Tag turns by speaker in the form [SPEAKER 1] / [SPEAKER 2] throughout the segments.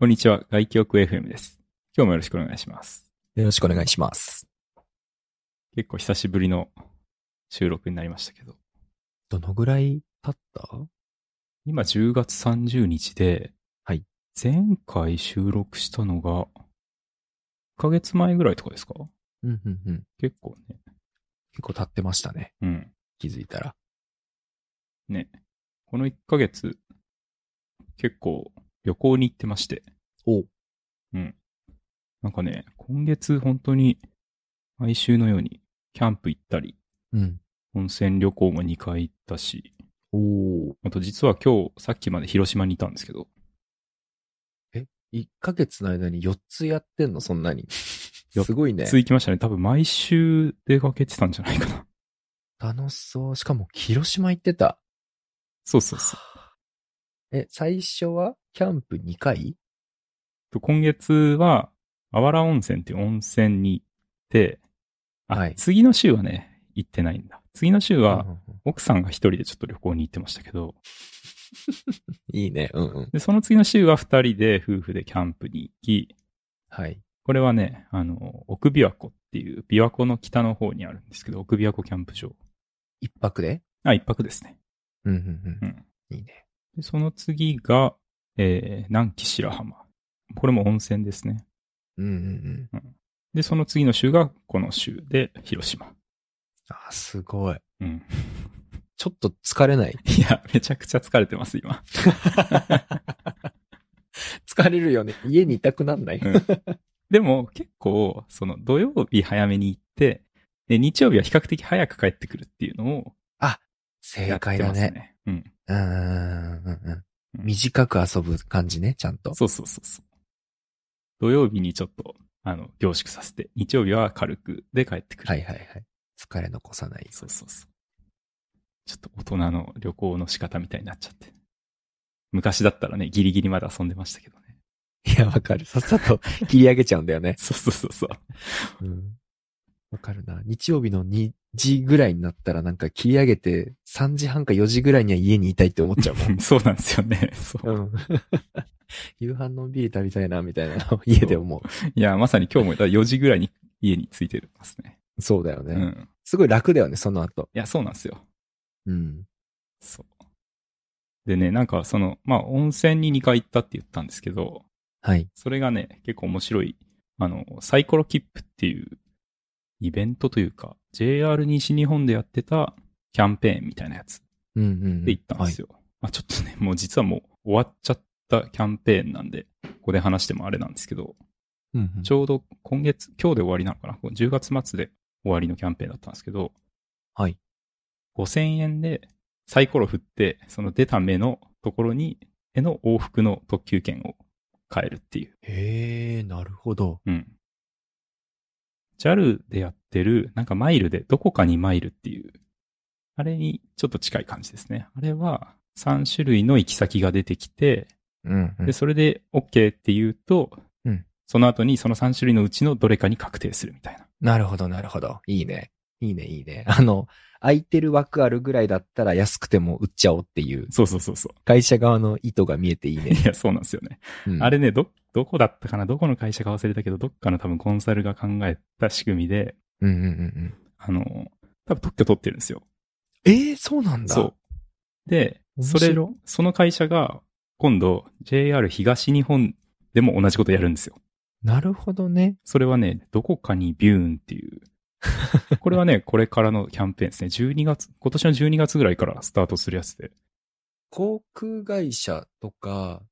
[SPEAKER 1] こんにちは、外記憶 FM です。今日もよろしくお願いします。
[SPEAKER 2] よろしくお願いします。
[SPEAKER 1] 結構久しぶりの収録になりましたけど、
[SPEAKER 2] どのぐらい経った
[SPEAKER 1] 今10月30日で、
[SPEAKER 2] はい
[SPEAKER 1] 前回収録したのが、1ヶ月前ぐらいとかですか
[SPEAKER 2] うんうんうん。
[SPEAKER 1] 結構ね。
[SPEAKER 2] 結構経ってましたね。
[SPEAKER 1] うん。
[SPEAKER 2] 気づいたら。
[SPEAKER 1] ね。この1ヶ月、結構旅行に行ってまして。
[SPEAKER 2] お
[SPEAKER 1] うん。なんかね、今月本当に毎週のようにキャンプ行ったり、
[SPEAKER 2] うん。
[SPEAKER 1] 温泉旅行も2回行ったし、
[SPEAKER 2] おお。
[SPEAKER 1] あと実は今日さっきまで広島にいたんですけど、
[SPEAKER 2] 1ヶ月の間に4つやってんのそんな に。
[SPEAKER 1] よっ
[SPEAKER 2] すごいね。
[SPEAKER 1] 続きましたね。多分毎週出かけてたんじゃないかな。
[SPEAKER 2] 楽しそう。しかも、広島行ってた。
[SPEAKER 1] そうそうそう。
[SPEAKER 2] え、最初はキャンプ2回
[SPEAKER 1] と今月は、あわら温泉っていう温泉に行って、あ、
[SPEAKER 2] はい
[SPEAKER 1] 次の週はね、行ってないんだ。次の週は
[SPEAKER 2] うん、うん
[SPEAKER 1] 奥さんが一人でちょっと旅行に行ってましたけど、
[SPEAKER 2] うんいいね。うんうん。
[SPEAKER 1] で、その次の週は二人で夫婦でキャンプに行き、
[SPEAKER 2] はい。
[SPEAKER 1] これはね、あの、奥琵琶湖っていう、琵琶湖の北の方にあるんですけど、奥琵琶湖キャンプ場。
[SPEAKER 2] 一泊で
[SPEAKER 1] あ、一泊ですね。
[SPEAKER 2] うんうん
[SPEAKER 1] うん。
[SPEAKER 2] うん。いいね。
[SPEAKER 1] で、その次が、えー、南紀白浜。これも温泉ですね。
[SPEAKER 2] うんうんうん。
[SPEAKER 1] で、その次の週がこの週で、広島。
[SPEAKER 2] あー、すごい。
[SPEAKER 1] うん。
[SPEAKER 2] ちょっと疲れない。
[SPEAKER 1] いや、めちゃくちゃ疲れてます、今。
[SPEAKER 2] 疲れるよね。家にいたくなんない。
[SPEAKER 1] うんでも、結構、その、土曜日早めに行って、で、日曜日は比較的早く帰ってくるっていうのをや
[SPEAKER 2] 正
[SPEAKER 1] って
[SPEAKER 2] 解だ
[SPEAKER 1] ますね。
[SPEAKER 2] ね。
[SPEAKER 1] うん。
[SPEAKER 2] うんうんうんうん。
[SPEAKER 1] うん
[SPEAKER 2] 短く遊ぶ感じね、ちゃんと。
[SPEAKER 1] そうそうそうそう。土曜日にちょっと、あの、凝縮させて、日曜日は軽くで帰ってくる。
[SPEAKER 2] はいはいはい。疲れ残さない。
[SPEAKER 1] そうそうそう。ちょっと大人の旅行の仕方みたいになっちゃって。昔だったらね、ギリギリまで遊んでましたけどね。
[SPEAKER 2] いや、わかる。さっさ と切り上げちゃうんだよね。
[SPEAKER 1] そうそうそうそう。
[SPEAKER 2] うん。わかるな。日曜日の2時ぐらいになったらなんか切り上げて3時半か4時ぐらいには家にいたいって思っちゃうもん。
[SPEAKER 1] うんそうなんですよね。そう。
[SPEAKER 2] うん。 夕飯のんびり食べたいな、みたいなのを家で思
[SPEAKER 1] いや、まさに今日もだから4時ぐらいに家に着いてますね。
[SPEAKER 2] う。そうだよ
[SPEAKER 1] う
[SPEAKER 2] ね、
[SPEAKER 1] ん。
[SPEAKER 2] すごい楽だよね、その後。
[SPEAKER 1] いや、そうなんですよ。
[SPEAKER 2] うん。
[SPEAKER 1] そう。でね、なんかその、まあ、温泉に2回行ったって言ったんですけど、
[SPEAKER 2] はい。
[SPEAKER 1] それがね、結構面白い、あの、サイコロ切符っていうイベントというか、JR 西日本でやってたキャンペーンみたいなやつ。
[SPEAKER 2] うんうんうん。
[SPEAKER 1] で行ったんです
[SPEAKER 2] よ。
[SPEAKER 1] よ。まあ、ちょっとね、もう実はもう終わっちゃったキャンペーンなんで、ここで話してもあれなんですけど、
[SPEAKER 2] うんうん
[SPEAKER 1] ちょうど今月、今日で終わりなのかなこう ?10 月末で終わりのキャンペーンだったんですけど、
[SPEAKER 2] はい。
[SPEAKER 1] 5000円でサイコロ振って、その出た目のところに、への往復の特急券を買えるっていう。
[SPEAKER 2] へえ、なるほど。
[SPEAKER 1] うん。JAL でやってる、なんかマイルで、どこかにマイルっていう、あれにちょっと近い感じですね。あれは、3種類の行き先が出てきて、
[SPEAKER 2] うん、うん
[SPEAKER 1] で、。それで OK って言うと、
[SPEAKER 2] うん
[SPEAKER 1] その後にその3種類のうちのどれかに確定するみたいな。
[SPEAKER 2] なるほど、なるほど。いいね。いいね、いいね。 あの、空いてる枠あるぐらいだったら安くても売っちゃおうっていう、
[SPEAKER 1] そうそうそうそ。
[SPEAKER 2] 会社側の意図が見えていいうね。
[SPEAKER 1] いや、そうなんですよね。
[SPEAKER 2] うん
[SPEAKER 1] あれね、ど、どこだったかなどこの会社か忘れたけど、どっかの多分コンサルが考えた仕組みで、
[SPEAKER 2] うんうんうんうん。
[SPEAKER 1] あの、多分特許取ってるんですよ。
[SPEAKER 2] えー、そうなんだ。
[SPEAKER 1] そう。。で、それ
[SPEAKER 2] 面白、
[SPEAKER 1] その会社が今度 JR 東日本でも同じことやるんですよ。
[SPEAKER 2] なるほどね。
[SPEAKER 1] それはね、どこかにビューンって いう。これはね、これからのキャンペーンですね。12月、今年の12月ぐらいからスタートするやつで。
[SPEAKER 2] 航空会社とか、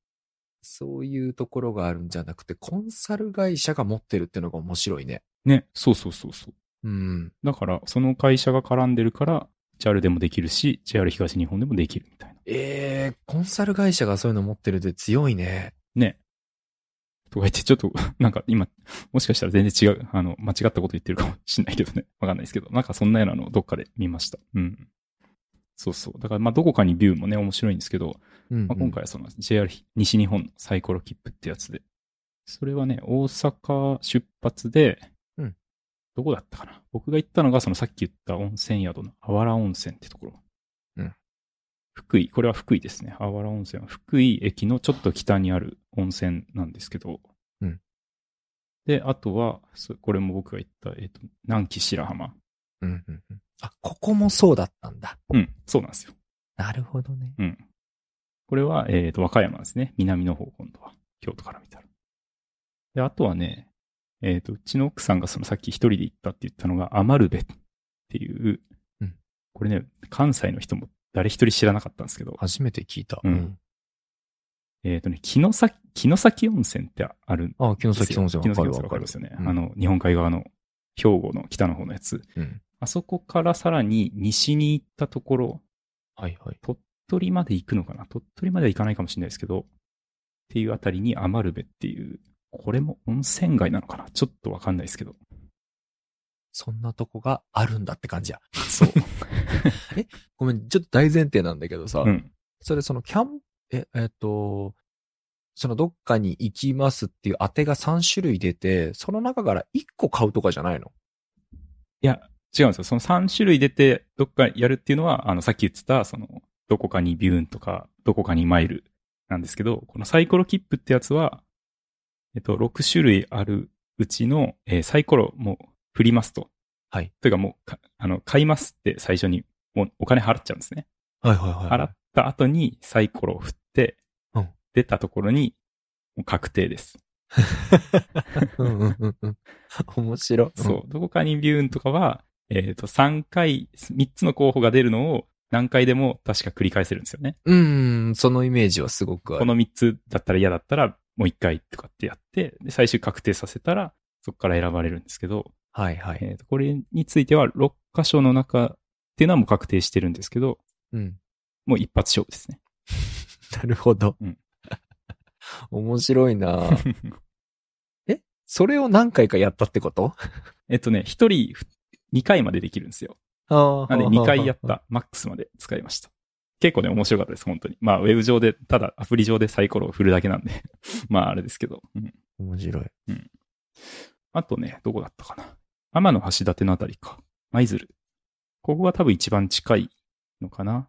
[SPEAKER 2] そういうところがあるんじゃなくて、コンサル会社が持ってるってのが面白いね。
[SPEAKER 1] ね、そうそうそうそう。
[SPEAKER 2] うん。
[SPEAKER 1] だから、その会社が絡んでるから、JAL でもできるし、JR 東日本でもできるみたいな。
[SPEAKER 2] えー、コンサル会社がそういうの持ってるって強いね。
[SPEAKER 1] ね。とか言って、ちょっと、 なんか今、もしかしたら全然違う、あの、間違ったこと言ってるかもしれないけどね。 わかんないですけど、なんかそんなようなのをどっかで見ました。うん。そうそう。だから、まあ、どこかにビューもね、面白いんですけど、
[SPEAKER 2] うん、
[SPEAKER 1] まあ、今回。はその JR 西日本のサイコロ切符ってやつで、それはね、大阪出発で、
[SPEAKER 2] うん
[SPEAKER 1] どこだったかな僕が行ったのが、そのさっき言った温泉宿のあわら温泉ってところ。
[SPEAKER 2] うん
[SPEAKER 1] 福井、これは福井ですね。羽原温泉は福井駅のちょっと北にある温泉なんですけど。
[SPEAKER 2] うん
[SPEAKER 1] で、あとは、そこれも僕が言った、えっ、と、南紀白浜。
[SPEAKER 2] うんうんうん。あ、ここもそうだったんだ。
[SPEAKER 1] うん、そうなんですよ。
[SPEAKER 2] なるほどね。
[SPEAKER 1] うん。これは、えっ、と、和歌山ですね。南の方、今度は。京都から見たら。で、あとはね、えっ、と、うちの奥さんがそのさっき一人で行ったって言ったのが、余るべっていう、
[SPEAKER 2] うん
[SPEAKER 1] これね、関西の人も誰一人知らなかったんですけど、
[SPEAKER 2] 初めて聞いた。
[SPEAKER 1] うん。えっ、とね、城崎、城崎温泉ってあるん
[SPEAKER 2] あ、木の
[SPEAKER 1] です
[SPEAKER 2] 先
[SPEAKER 1] よ。
[SPEAKER 2] 温泉わかる
[SPEAKER 1] 城崎温
[SPEAKER 2] わ
[SPEAKER 1] わか
[SPEAKER 2] か
[SPEAKER 1] り
[SPEAKER 2] る
[SPEAKER 1] ま。すよね。
[SPEAKER 2] うん
[SPEAKER 1] あの、日本海側の兵庫の北の方のやつ。
[SPEAKER 2] うん。
[SPEAKER 1] あそこからさらに西に行ったところ、
[SPEAKER 2] はいはい。
[SPEAKER 1] 鳥取まで行くのかな鳥取までは行かないかもしれないですけど、っていうあたりに余部っていう、これも温泉街なのかなちょっとわかんないですけど。
[SPEAKER 2] そんなとこがあるんだって感じ や。
[SPEAKER 1] そう。
[SPEAKER 2] ごめん、ちょっと大前提なんだけどさ、
[SPEAKER 1] うん。
[SPEAKER 2] それそのキャン、え、えっと、そのどっかに行きますっていう当てが3種類出て、その中から1個買うとかじゃないの
[SPEAKER 1] いや、違うんですよ。その3種類出て、どっかやるっていうのは、あの、さっき言ってた、その、どこかにビューンとか、どこかにマイルなんですけど、このサイコロ切符ってやつは、えっと、6種類あるうちの、えーサイコロもう振りますと。
[SPEAKER 2] はい。
[SPEAKER 1] というかもうか、あの、買いますって最初に、もうお金払っちゃうんですね。
[SPEAKER 2] はいはいは
[SPEAKER 1] 払った後にサイコロを振って、
[SPEAKER 2] うん
[SPEAKER 1] 出たところに、もう確定です。
[SPEAKER 2] うんうんうんうん。 面白い。
[SPEAKER 1] そう。どこかにビューンとかは、えっ、と、3回、3つの候補が出るのを何回でも確か繰り返せるんですよね。
[SPEAKER 2] うん。うん、そのイメージはすごくある。
[SPEAKER 1] この3つだったら嫌だったら、もう1回とかってやって、で、最終確定させたら、そこから選ばれるんですけど、
[SPEAKER 2] はいはい。
[SPEAKER 1] えっ、と、これについては6箇所の中っていうのはもう確定してるんですけど、
[SPEAKER 2] うん。
[SPEAKER 1] もう一発勝負ですね。
[SPEAKER 2] なるほど。
[SPEAKER 1] うん
[SPEAKER 2] 面白いなえそれを何回かやったってこと
[SPEAKER 1] えっとね、1人2回までできるんですよ。
[SPEAKER 2] あ
[SPEAKER 1] なんで2回やっ。
[SPEAKER 2] は
[SPEAKER 1] た、マックスまで使いました。結構ね、面白かったです、本当に。まあ、ウェブ上で、ただアプリ上でサイコロを振るだけなんで、 まあ、あれですけど、うん
[SPEAKER 2] はは面白い。
[SPEAKER 1] あとね、どこだったかな。天の橋立のあたりか。舞鶴。ここが多分一番近いのかな。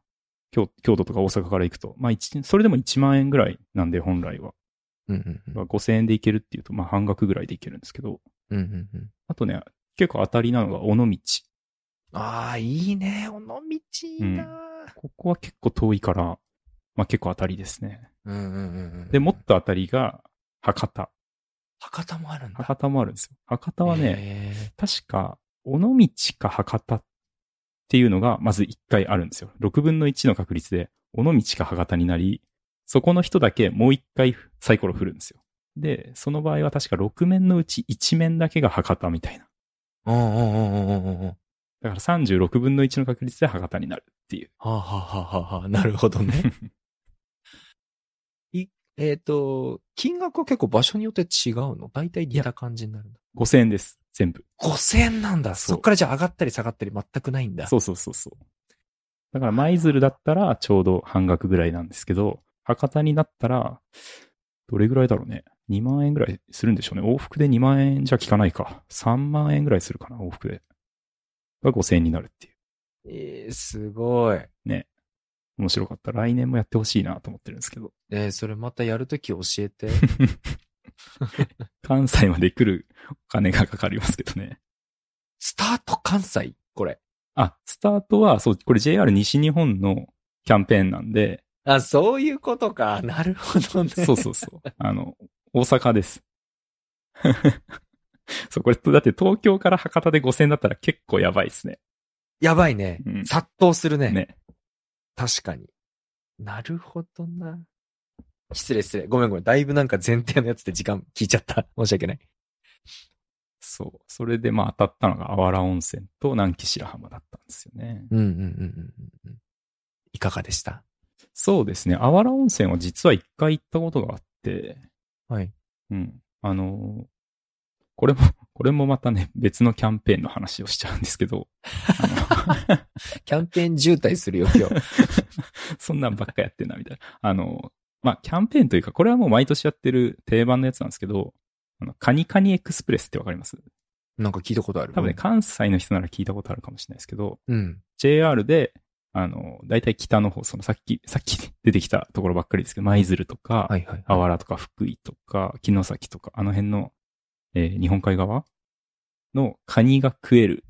[SPEAKER 1] 京京都とか大阪から行くと。まあ、一それでも1万円ぐらいなんで、本来は。
[SPEAKER 2] うんうんうん
[SPEAKER 1] まあ5000円で行けるっていうと、まあ、半額ぐらいで行けるんですけど。
[SPEAKER 2] うんうんうん。
[SPEAKER 1] あとね、結構当たりなのが尾道。
[SPEAKER 2] ああ、いいね。尾道いいな、
[SPEAKER 1] ここは結構遠いから、まあ、結構当たりですね。
[SPEAKER 2] うん、うんうんうん
[SPEAKER 1] で、もっ、と当たりが博多。
[SPEAKER 2] 博多もあるんだ。
[SPEAKER 1] 博多もあるんですよ。博多はね、
[SPEAKER 2] ね。
[SPEAKER 1] 確か、尾道か博多っていうのが、まず1回あるんですよ。6分の1の確率で、尾道か博多になり、そこの人だけもう1回サイコロ振るんですよ。で、その場合は確か6面のうち1面だけが博多みたいな。
[SPEAKER 2] うんうんうんうんうんうん。は
[SPEAKER 1] だから36分の1の確率で博多になるっていう。
[SPEAKER 2] あ、はあはあはあはあ、なるほ ど ね。えっと、金額は結構場所によって違うの大体似た感じになるんだ。
[SPEAKER 1] 5000円です。全部。
[SPEAKER 2] 5000円なんだ。
[SPEAKER 1] そう
[SPEAKER 2] そっからじゃあ上がったり下がったり全くないんだ。
[SPEAKER 1] そうそうそうそう。だから舞鶴だったらちょうど半額ぐらいなんですけど、博多になったら、どれぐらいだろうね。2万円ぐらいするんでしょうね。往復で2万円じゃ効かないか。3万円ぐらいするかな、往復で。が5000円になるっていう。
[SPEAKER 2] えー、すごい。
[SPEAKER 1] 面白かった。来年もやってほしいなと思ってるんですけど。
[SPEAKER 2] えー、それまたやるとき教え て。
[SPEAKER 1] 関西まで来るお金がかかりますけどね。
[SPEAKER 2] スタート関西これ。
[SPEAKER 1] あ、スタートは、そう、これ JR 西日本のキャンペーンなんで、
[SPEAKER 2] あ、そういうことか。 なるほど ね。
[SPEAKER 1] そうそうそう。あの、大阪です。 そう、これ、だって東京から博多で5000だったら結構やばいですね。
[SPEAKER 2] やばいね
[SPEAKER 1] う。ん
[SPEAKER 2] 殺到するね。
[SPEAKER 1] ね。
[SPEAKER 2] 確かに。なるほどな。失礼失礼。ごめんごめん。だいぶなんか前提のやつで時間聞いちゃった。 申し訳ない。
[SPEAKER 1] そう。それで、まあ、当たったのが、あわら温泉と南紀白浜だったんですよね。
[SPEAKER 2] うんうんうんうんうん。いかがでした
[SPEAKER 1] そうですね。あわら温泉は実は一回行ったことがあって、
[SPEAKER 2] はい。
[SPEAKER 1] うん。あの、これも、これもまたね、別のキャンペーンの話をしちゃうんですけど、あの
[SPEAKER 2] キャンペーン渋滞するよ、 今日。
[SPEAKER 1] そんなんばっかやってんな、みたいな。あの、まあ、キャンペーンというか、これはもう毎年やってる定番のやつなんですけど、あの、カニカニエクスプレスってわかります
[SPEAKER 2] なんか聞いたことある。
[SPEAKER 1] 多分ね、関西の人なら聞いたことあるかもしれないですけど、
[SPEAKER 2] うん。
[SPEAKER 1] JR で、あの、大体北の方、そのさっき、さっき出てきたところばっかりですけど、舞鶴とか、
[SPEAKER 2] はいはい。
[SPEAKER 1] あわらとか福井とか、木の先とか、あの辺の、えー日本海側のカニが食える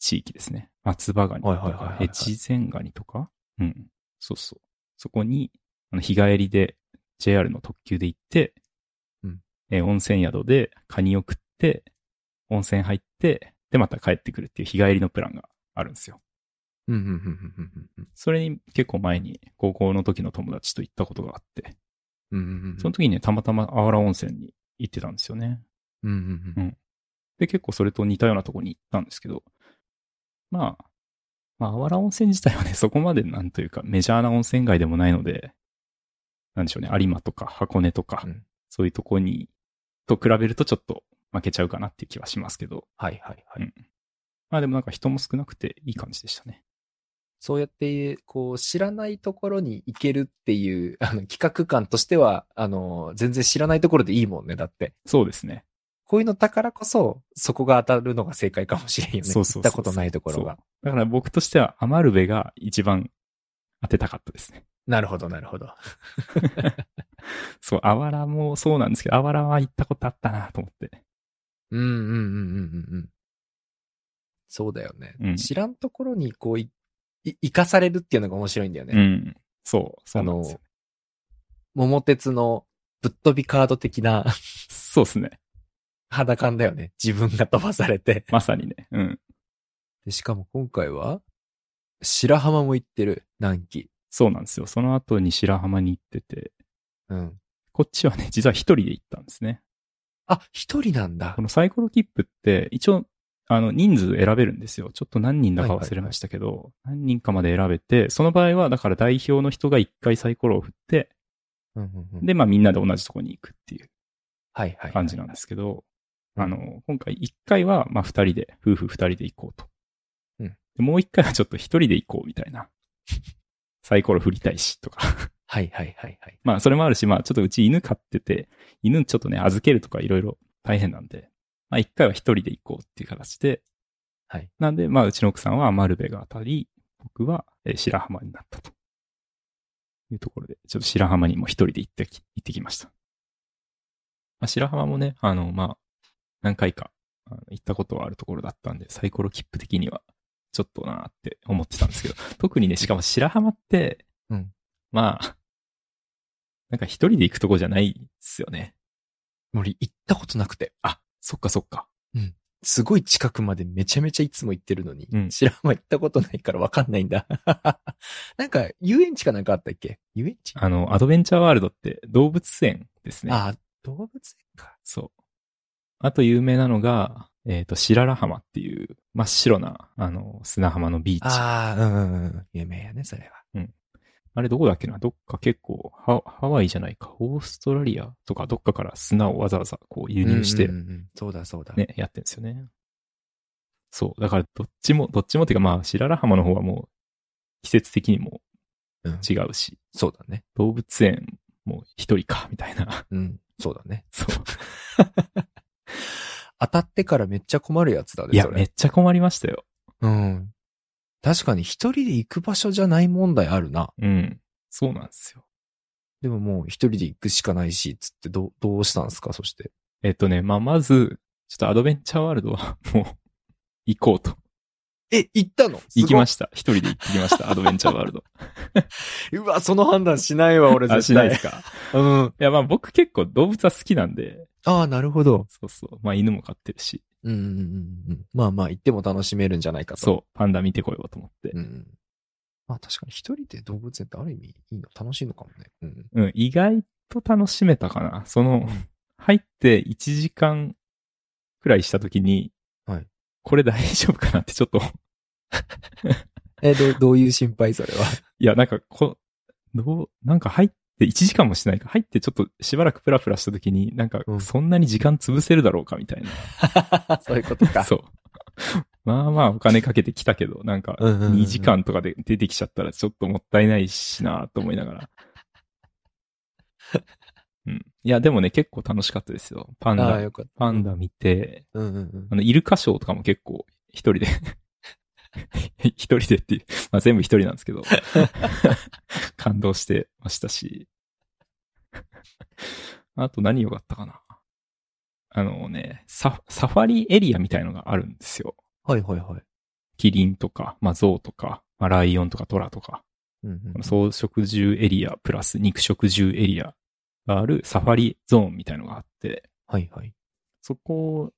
[SPEAKER 1] 地域ですね。松葉ガニと
[SPEAKER 2] はいはいはいはい
[SPEAKER 1] か、
[SPEAKER 2] はい
[SPEAKER 1] 越前ガニとか、うん。そうそう。そこに、あの日帰りで JR の特急で行って、
[SPEAKER 2] うん
[SPEAKER 1] えー温泉宿でカニを食って、温泉入って、でまた帰ってくるっていう日帰りのプランがあるんですよ。
[SPEAKER 2] うんうんうんうんうんうん
[SPEAKER 1] それに結構前に高校の時の友達と行ったことがあって、
[SPEAKER 2] うんうんうんうん
[SPEAKER 1] その時にね、たまたまあわら温泉に行ってたんですよね。
[SPEAKER 2] うんうんうん
[SPEAKER 1] で、結構それと似たようなとこに行ったんですけど、まあ、まあ、あわら温泉自体はね、そこまでなんというか、メジャーな温泉街でもないので、なんでしょうね、有馬とか箱根とか、
[SPEAKER 2] うん
[SPEAKER 1] そういうとこに、と比べるとちょっと負けちゃうかなっていう気はしますけど、
[SPEAKER 2] はいはいはい。
[SPEAKER 1] まあでもなんか人も少なくていい感じでしたね。
[SPEAKER 2] そうやって、こう、知らないところに行けるっていう、 あの、企画感としては、あの、全然知らないところでいいもんね、だって。
[SPEAKER 1] そうですね。
[SPEAKER 2] こういうのだからこそ、そこが当たるのが正解かもしれんよね。
[SPEAKER 1] そうそうそうそう
[SPEAKER 2] 行ったことないところが。
[SPEAKER 1] だから僕としては、アマルベが一番当てたかったですね。
[SPEAKER 2] なるほど、なるほど。
[SPEAKER 1] そう、あわらもそうなんですけど、あわらは行ったことあったなと思って。
[SPEAKER 2] うんうんうんうんうんうん。そうだよね。
[SPEAKER 1] うん
[SPEAKER 2] 知らんところに、こう、いい生かされるっていうのが面白いんだよね。
[SPEAKER 1] うん。そう、そうなんですよ。
[SPEAKER 2] 桃鉄のぶっ飛びカード的な
[SPEAKER 1] そうですね。
[SPEAKER 2] 肌感だよね。自分が飛ばされて。
[SPEAKER 1] まさにね。うん。
[SPEAKER 2] でしかも今回は、白浜も行ってる、南紀。
[SPEAKER 1] そうなんですよ。その後に白浜に行ってて、
[SPEAKER 2] うん。
[SPEAKER 1] こっちはね、実は一人で行ったんですね。
[SPEAKER 2] あ、一人なんだ
[SPEAKER 1] こ。のサイコロ切符って、一応、あの、人数選べるんですよ。ちょっと何人だか忘れましたけど、何人かまで選べて、その場合は、だから代表の人が一回サイコロを振って、
[SPEAKER 2] うんうんうん
[SPEAKER 1] で、まあみんなで同じとこに行くっていう
[SPEAKER 2] はいはい。
[SPEAKER 1] 感じなんですけど、
[SPEAKER 2] うん
[SPEAKER 1] あの、今回一回は、まあ二人で、夫婦二人で行こうと。
[SPEAKER 2] うん
[SPEAKER 1] でもう一回はちょっと一人で行こうみたい な。サイコロ振りたいしとか。
[SPEAKER 2] はいはいはいはい。
[SPEAKER 1] まあそれもあるし、まあちょっとうち犬飼ってて、犬ちょっとね、預けるとかいろいろ大変なんで、まあ一回は一人で行こうっていう形で、
[SPEAKER 2] はい。
[SPEAKER 1] なんで、まあうちの奥さんは丸部が当たり、僕はえー白浜になったと。いうところで、ちょっと白浜にも一人で行ってき、行ってきました。まあ、白浜もね、あの、まあ、何回かあの行ったことはあるところだったんで、サイコロ切符的にはちょっとなーって思ってたんですけど、特にね、しかも白浜って、
[SPEAKER 2] うん
[SPEAKER 1] まあ、なんか一人で行くとこじゃないっすよね。
[SPEAKER 2] 森行ったことなくて、
[SPEAKER 1] あ、そっかそっか。
[SPEAKER 2] すごい近くまでめちゃめちゃいつも行ってるのに、
[SPEAKER 1] うん
[SPEAKER 2] 白浜行ったことないからわかんないんだ。 なんか、遊園地かなんかあったっけ遊園地あ
[SPEAKER 1] あの、アドベンチャーワールドって動物園ですね。
[SPEAKER 2] あ、動物園か。
[SPEAKER 1] そう。あと有名なのが、えっ、と、白良浜っていう真っ白な、あの、砂浜のビーチ。あ
[SPEAKER 2] ああ、うんうんうん。有名やね、それは。
[SPEAKER 1] れどこだっけなどっか結構ハ、ハワイじゃないか、オーストラリアとかどっかから砂をわざわざこう輸入して、
[SPEAKER 2] うんうんうんそうだそうだ。
[SPEAKER 1] ね、やってんですよね。そう。だからどっちも、どっちもっていうかまあ、白良浜の方はもう、季節的にも
[SPEAKER 2] うん
[SPEAKER 1] 違うし、
[SPEAKER 2] そうだね。
[SPEAKER 1] 動物園も一人か、みたいな。
[SPEAKER 2] うん。 そうだね。
[SPEAKER 1] そう。
[SPEAKER 2] 当たってからめっちゃ困るやつだね、
[SPEAKER 1] いや、
[SPEAKER 2] それ
[SPEAKER 1] めっちゃ困りましたよ。
[SPEAKER 2] うん。確かに一人で行く場所じゃない問題あるな。
[SPEAKER 1] うん。そうなんですよ。
[SPEAKER 2] でももう一人で行くしかないし、つってどう、どうしたんですかそして。
[SPEAKER 1] えっとね、まあ、まず、ちょっとアドベンチャーワールドは もう、行こうと。
[SPEAKER 2] え、行ったの
[SPEAKER 1] 行きま
[SPEAKER 2] し
[SPEAKER 1] した。一人で行ってきました、アドベンチャーワール ド。
[SPEAKER 2] た。うわ、その判断しないわ、俺
[SPEAKER 1] あ、し
[SPEAKER 2] 絶
[SPEAKER 1] ない
[SPEAKER 2] 対。
[SPEAKER 1] ですか。
[SPEAKER 2] うん。
[SPEAKER 1] いや、まあ僕結構動物は好きなんで、
[SPEAKER 2] ああ、なるほど。
[SPEAKER 1] そうそう。まあ犬も飼ってるし、
[SPEAKER 2] うんうんうんうん。まあまあ、行っても楽しめるんじゃないかと。
[SPEAKER 1] そう、パンダ見てこようと思って。
[SPEAKER 2] うんうん。まあ確かに一人で動物園ってある意味いいの、楽しいのかもね。うん。
[SPEAKER 1] うん、意外と楽しめたかな。その、入って1時間くらいした時に、
[SPEAKER 2] はい
[SPEAKER 1] これ大丈夫かなってちょっと、
[SPEAKER 2] え、どう、どういう心配それは。
[SPEAKER 1] いや、なんかこ、どう、なんか入って1時間もしないか、入ってちょっとしばらくプラプラした時に、なんか
[SPEAKER 2] うん
[SPEAKER 1] そんなに時間潰せるだろうかみたいな。
[SPEAKER 2] そういうことか。
[SPEAKER 1] そう。 まあまあお金かけてきたけど、なんか、
[SPEAKER 2] うんうんうんうん
[SPEAKER 1] 2時間とかで出てきちゃったらちょっともったいないしなと思いながら。うん。いや、でもね、結構楽しかったですよ。パン
[SPEAKER 2] ああ、
[SPEAKER 1] ダ、
[SPEAKER 2] よかった。
[SPEAKER 1] パンダ見て、
[SPEAKER 2] うんうんうん
[SPEAKER 1] あ。の、イルカショーとかも結構一人で 一人でっていう、まあ全部一人なんですけ ど、感動してましたし。あと何良かったかな。あのね、ササファリエリアみたいのがあるんですよ。
[SPEAKER 2] はいはいはい。
[SPEAKER 1] キリンとか、まあゾウとか、まあライオンとかトラとか、
[SPEAKER 2] うんうん、
[SPEAKER 1] 草食獣エリアプラス肉食獣エリアがあるサファリゾーンみたいのがあって、
[SPEAKER 2] はいはい。
[SPEAKER 1] そこ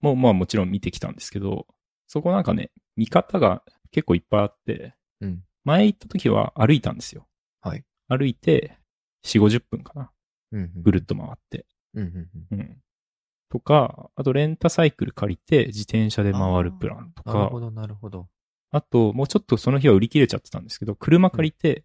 [SPEAKER 1] もまあもちろん見てきたんですけど、そこなんかね、見方が結構いっぱいあって、
[SPEAKER 2] うん
[SPEAKER 1] 前行った時は歩いたんですよ。
[SPEAKER 2] はい
[SPEAKER 1] 歩いて、4、50分かな。
[SPEAKER 2] うんうん
[SPEAKER 1] ぐるっと回って。
[SPEAKER 2] うんうんうん
[SPEAKER 1] うん。とか、あとレンタサイクル借りて自転車で回るプランと
[SPEAKER 2] なる
[SPEAKER 1] か
[SPEAKER 2] ほ、ど、なるほど。
[SPEAKER 1] あと、もうちょっとその日は売り切れちゃってたんですけど、車借りて、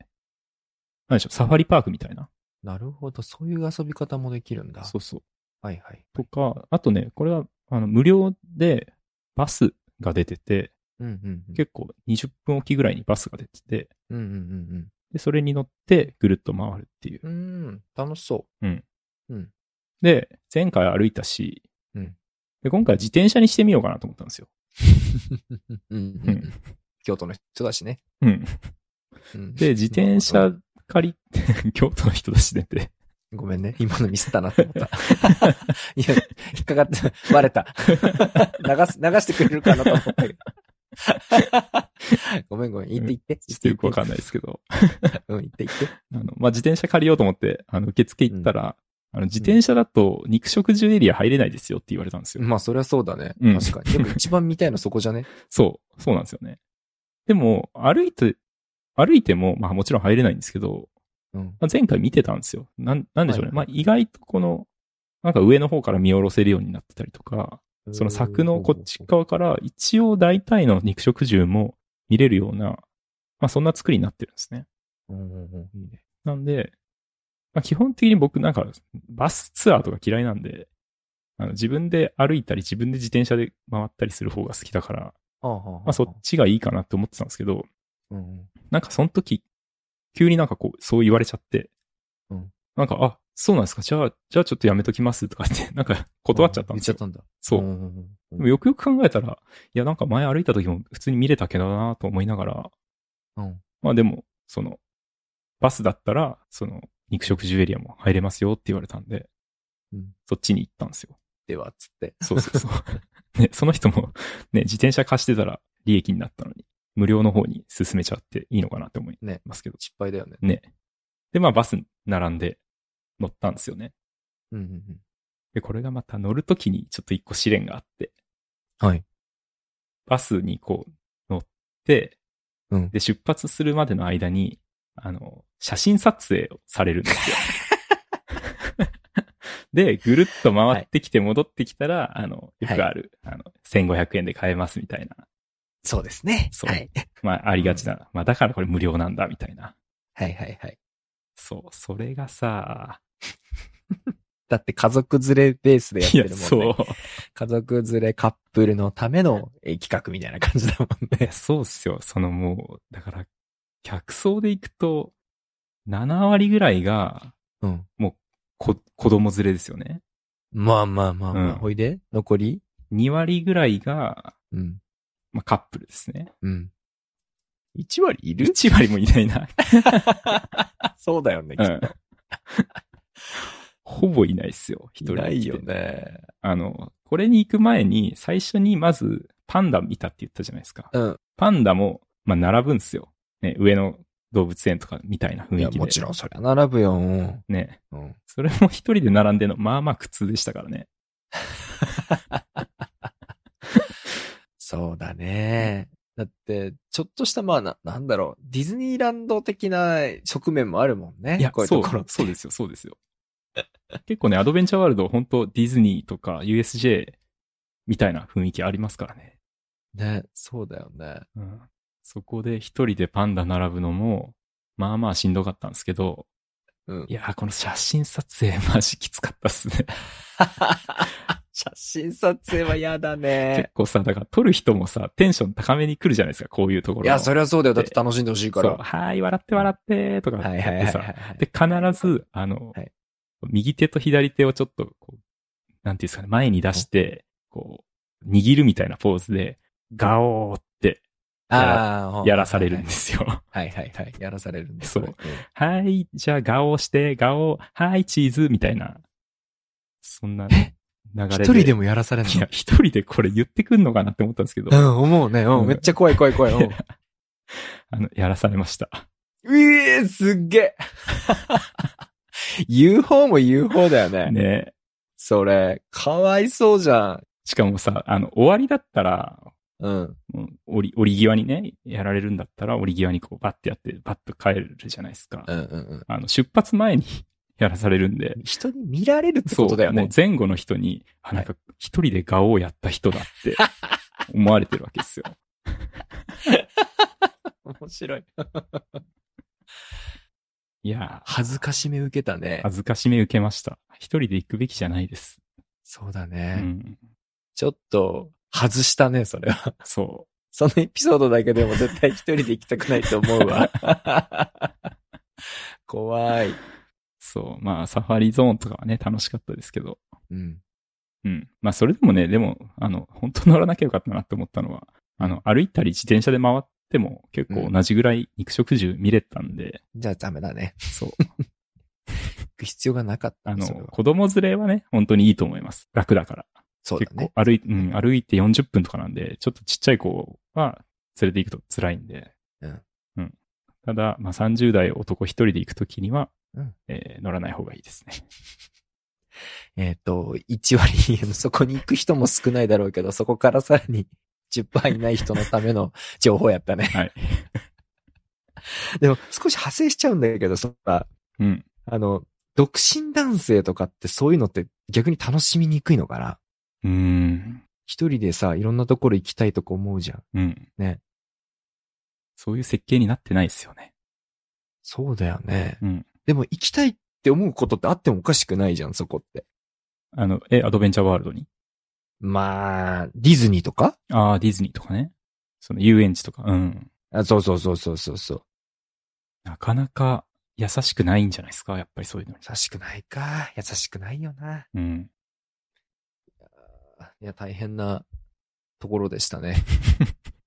[SPEAKER 1] なんでしょう、サファリパークみたいな。
[SPEAKER 2] なるほど。そういう遊び方もできるんだ。
[SPEAKER 1] そうそう。
[SPEAKER 2] はいはい。
[SPEAKER 1] とか、あとね、これは、あの、無料でバスが出てて、
[SPEAKER 2] うんうんうん。
[SPEAKER 1] 結構20分おきぐらいにバスが出てて、
[SPEAKER 2] うんうん
[SPEAKER 1] で、それに乗ってぐるっと回るっていう。
[SPEAKER 2] うんうん。うーん、楽しそ
[SPEAKER 1] で、前回歩いたし、
[SPEAKER 2] うん
[SPEAKER 1] で、今回は自転車にしてみようかなと思ったんですよ。
[SPEAKER 2] う。うんうん
[SPEAKER 1] う
[SPEAKER 2] うんん。京都の人だしね。
[SPEAKER 1] うん。
[SPEAKER 2] うん
[SPEAKER 1] で、自転車借り て、京都の人出し出て、
[SPEAKER 2] ごめんね。今のミスったなと 思った。いや、引っかかって、バレた。 流す、流してくれるかなと思ったけど。 ごめんごめん。言って言って。
[SPEAKER 1] ちょっとよくわか
[SPEAKER 2] ん
[SPEAKER 1] んないですけど、
[SPEAKER 2] うん、言って言って。
[SPEAKER 1] あの、まあ、自転車借りようと思って、あの、受付行ったら、あの、自転車だと肉食獣エリア入れないですよって言われたんですよ。
[SPEAKER 2] まあ、そりゃそうだね。
[SPEAKER 1] うん
[SPEAKER 2] 確かに。でも一番見たいのそこじゃね。
[SPEAKER 1] そう、そうなんですよね。でも、歩いて、歩いても、まあもちろん入れないんですけど、
[SPEAKER 2] うん。
[SPEAKER 1] まあ、前回見てたんですよ。なん、なんでしょうね。
[SPEAKER 2] はい
[SPEAKER 1] まあ意外とこの、なんか上の方から見下ろせるようになってたりとか、その柵のこっち側から一応大体の肉食獣も見れるような、まあそんな作りになってるんですね。
[SPEAKER 2] うんうんうん。いいね。
[SPEAKER 1] なんで、まあ基本的に僕なんかバスツアーとか嫌いなんで、あの自分で歩いたり自分で自転車で回ったりする方が好きだから、
[SPEAKER 2] はあはあはあ
[SPEAKER 1] まあそっちがいいかなって思ってたんですけど、
[SPEAKER 2] うんうん。
[SPEAKER 1] なんかその時、急になんかこう、そう言われちゃって、
[SPEAKER 2] うん
[SPEAKER 1] なんか、あ、そうなんですかじゃあ、じゃあちょっとやめときますとかって、 なんか断っちゃったん
[SPEAKER 2] 言
[SPEAKER 1] で
[SPEAKER 2] っ
[SPEAKER 1] す
[SPEAKER 2] ちゃ
[SPEAKER 1] よ
[SPEAKER 2] っ。たんだ。
[SPEAKER 1] そう。
[SPEAKER 2] んんうん
[SPEAKER 1] でもよくよく考えたら、いやなんか前歩いた時も普通に見れたけどなと思いながら、
[SPEAKER 2] うん。
[SPEAKER 1] まあでも、その、バスだったら、その、肉食獣エリアも入れますよって言われたんで、
[SPEAKER 2] うん
[SPEAKER 1] そっちに行ったんですよ。
[SPEAKER 2] では、つって。
[SPEAKER 1] そうそう そう。ね、その人も、ね、自転車貸してたら利益になったのに、無料の方に進めちゃっていいのかなって思い
[SPEAKER 2] ね
[SPEAKER 1] ますけど。
[SPEAKER 2] 失敗だよね。
[SPEAKER 1] ね。で、まあバス並んで乗ったんですよね。
[SPEAKER 2] うんうんうん。
[SPEAKER 1] で、これがまた乗るときにちょっと一個試練があって、
[SPEAKER 2] はい。
[SPEAKER 1] バスにこう乗って、
[SPEAKER 2] うん
[SPEAKER 1] で、出発するまでの間に、あの、写真撮影をされるん ですよ。で、ぐるっと回ってきて戻ってきたら、あの、よくある、あの、1500円で買えますみたいな。
[SPEAKER 2] そうですね。
[SPEAKER 1] そう
[SPEAKER 2] はい。
[SPEAKER 1] まあ、ありがちな。まあ、だからこれ無料なんだ、みたいな。
[SPEAKER 2] はいはいはい。
[SPEAKER 1] そう、それがさ、
[SPEAKER 2] だって家族連れベースでやっ
[SPEAKER 1] い
[SPEAKER 2] て
[SPEAKER 1] や、
[SPEAKER 2] るもんね。
[SPEAKER 1] そう。
[SPEAKER 2] 家族連れカップルのためのえー企画みたいな感じだもん
[SPEAKER 1] い
[SPEAKER 2] ね
[SPEAKER 1] や。そうっすよ。そのもう、だから、客層で行くと、7割ぐらいが、
[SPEAKER 2] うん。
[SPEAKER 1] こ、子供連れですよね。
[SPEAKER 2] まあまあまあま
[SPEAKER 1] う
[SPEAKER 2] あ。
[SPEAKER 1] ん
[SPEAKER 2] おいで残り
[SPEAKER 1] 2割ぐらいが、
[SPEAKER 2] うん。
[SPEAKER 1] まあ、カップルですね。
[SPEAKER 2] うん。1割い
[SPEAKER 1] ?1 割もいないな。
[SPEAKER 2] そうだよね。
[SPEAKER 1] うん。 ほぼいないっすよ。一
[SPEAKER 2] い
[SPEAKER 1] 人
[SPEAKER 2] ないよ
[SPEAKER 1] 来て。
[SPEAKER 2] ね。
[SPEAKER 1] あの、これに行く前に、最初にまず、パンダ見たって言ったじゃないですか。
[SPEAKER 2] うん。
[SPEAKER 1] パンダも、まあ、並ぶんすよ。ね、上の動物園とかみたいな雰囲気
[SPEAKER 2] い
[SPEAKER 1] で。
[SPEAKER 2] や、もちろんそりゃ並ぶよ。うん
[SPEAKER 1] ん。ね。
[SPEAKER 2] うん。
[SPEAKER 1] それも一人で並んでるの、まあまあ苦痛でしたからね。
[SPEAKER 2] そうだね。だって、ちょっとした、まあな、なんだろう、ディズニーランド的な側面もあるもんね。
[SPEAKER 1] いや、
[SPEAKER 2] こういう
[SPEAKER 1] そ
[SPEAKER 2] と
[SPEAKER 1] う
[SPEAKER 2] ころ。
[SPEAKER 1] そうですよ、そうですよ。結構ね、アドベンチャーワールド、本当ディズニーとか USJ みたいな雰囲気ありますからね。
[SPEAKER 2] ね、そうだよね。
[SPEAKER 1] うん、そこで一人でパンダ並ぶのも、まあまあしんどかったんですけど、
[SPEAKER 2] うん
[SPEAKER 1] い。やー、この写真撮影マジきつかったっすね。
[SPEAKER 2] 写真撮影は嫌だ
[SPEAKER 1] 結
[SPEAKER 2] ね。
[SPEAKER 1] 構さ、だから撮る人もさ、テンション高めに来るじゃないですか、こういうところの。
[SPEAKER 2] いや、そりゃそうだよ。だって楽しんでほしいから。
[SPEAKER 1] そうはーい、笑って笑って、とか
[SPEAKER 2] は
[SPEAKER 1] や
[SPEAKER 2] い
[SPEAKER 1] って
[SPEAKER 2] はいはいはい
[SPEAKER 1] さ、
[SPEAKER 2] はい。
[SPEAKER 1] で、必ず、あの、
[SPEAKER 2] はい
[SPEAKER 1] 右手と左手をちょっと、こう、なんていうんですかね、前に出して、こう、握るみたいなポーズで、ガオーって
[SPEAKER 2] ああ、
[SPEAKER 1] やらされるんですよ。
[SPEAKER 2] はいはいはい。やらされるんです。
[SPEAKER 1] そう
[SPEAKER 2] これ。
[SPEAKER 1] はい、じゃあ、顔して、顔、はい、チーズ、みたいな。そんな流
[SPEAKER 2] え
[SPEAKER 1] れで。
[SPEAKER 2] 一人でもやらされる
[SPEAKER 1] い
[SPEAKER 2] の
[SPEAKER 1] や、一人でこれ言ってくんのかなって思ったんですけど
[SPEAKER 2] う、ん、思うね。う、
[SPEAKER 1] うんん
[SPEAKER 2] めっちゃ怖い怖い 怖い。うん
[SPEAKER 1] あの、やらされました。
[SPEAKER 2] うえー、すっげえ 言う方も言う方だよね。
[SPEAKER 1] ね
[SPEAKER 2] それ、かわいそうじゃん。
[SPEAKER 1] しかもさ、あの、終わりだったら、
[SPEAKER 2] うん。
[SPEAKER 1] うん折り、折り際にね、やられるんだったら、折り際にこう、バッてやって、バッと帰るじゃないですか。
[SPEAKER 2] うんうん
[SPEAKER 1] あの、出発前に やらされるんで
[SPEAKER 2] う、ん。人に見られるって
[SPEAKER 1] そ
[SPEAKER 2] こ
[SPEAKER 1] う、
[SPEAKER 2] とだよ
[SPEAKER 1] もう
[SPEAKER 2] ね。
[SPEAKER 1] 前後の人に、あ、なんか、一人で顔をやった人だって、 思われてるわけですよ。
[SPEAKER 2] 面白い。
[SPEAKER 1] いやー
[SPEAKER 2] 恥ずかしめ受けたね。
[SPEAKER 1] 恥ずかしめ受けました。一人で行くべきじゃないです。
[SPEAKER 2] そうだ
[SPEAKER 1] う
[SPEAKER 2] ね。
[SPEAKER 1] ん。
[SPEAKER 2] ちょっと、外したね、それは。
[SPEAKER 1] そ
[SPEAKER 2] そのエピソードだけでも絶対一人で行きたくないと思うわ。 怖い。
[SPEAKER 1] う。そう。まあ、サファリゾーンとかはね、楽しかったですけど。
[SPEAKER 2] うん。
[SPEAKER 1] うん。まあ、それでもね、でも、あの、本当乗らなきゃよかったなって思ったのは、あの、歩いたり自転車で回っても結構同じぐらい肉食獣見れたん で、
[SPEAKER 2] じゃあダメだね。
[SPEAKER 1] そう。
[SPEAKER 2] 行く必要がなかった。
[SPEAKER 1] あ
[SPEAKER 2] それ
[SPEAKER 1] の、
[SPEAKER 2] は
[SPEAKER 1] 子供連れはね、本当にいいと思います。楽だから。
[SPEAKER 2] そうだ
[SPEAKER 1] 結
[SPEAKER 2] ね
[SPEAKER 1] 構。歩い、うん、歩いて40分とかなんで、ちょっとちっちゃい子は連れて行くと辛いんで。
[SPEAKER 2] うん。
[SPEAKER 1] うん。ただ、まあ、30代男一人で行くときには、
[SPEAKER 2] うん
[SPEAKER 1] えー乗らない方がいいですね。
[SPEAKER 2] えっ、と、1割、 そこに行く人も少ないだろうけど、そこからさらに10%いない人のた めの情報やったね。
[SPEAKER 1] はい。
[SPEAKER 2] でも、少し派生しちゃうんだけど、そっか、
[SPEAKER 1] うん。
[SPEAKER 2] あの、独身男性とかってそういうのって逆に楽しみにくいのかな
[SPEAKER 1] うーん。
[SPEAKER 2] 一人でさ、いろんなところ行きたいとか思うじゃん。
[SPEAKER 1] うん。
[SPEAKER 2] ね。
[SPEAKER 1] そういう設計になってないですよね。
[SPEAKER 2] そうだよね。
[SPEAKER 1] うん。
[SPEAKER 2] でも行きたいって思うことってあってもおかしくないじゃん、そこって。
[SPEAKER 1] あの、え、アドベンチャーワールドに。
[SPEAKER 2] まあ、ディズニーとか
[SPEAKER 1] ああ、ディズニーとかね。その遊園地とか。うん。
[SPEAKER 2] あそうそうそうそうそうそう。
[SPEAKER 1] なかなか優しくないんじゃないですか。やっぱりそういうのに。
[SPEAKER 2] 優しくないか。優しくないよな。
[SPEAKER 1] うん。
[SPEAKER 2] いや、大変なところでし たね。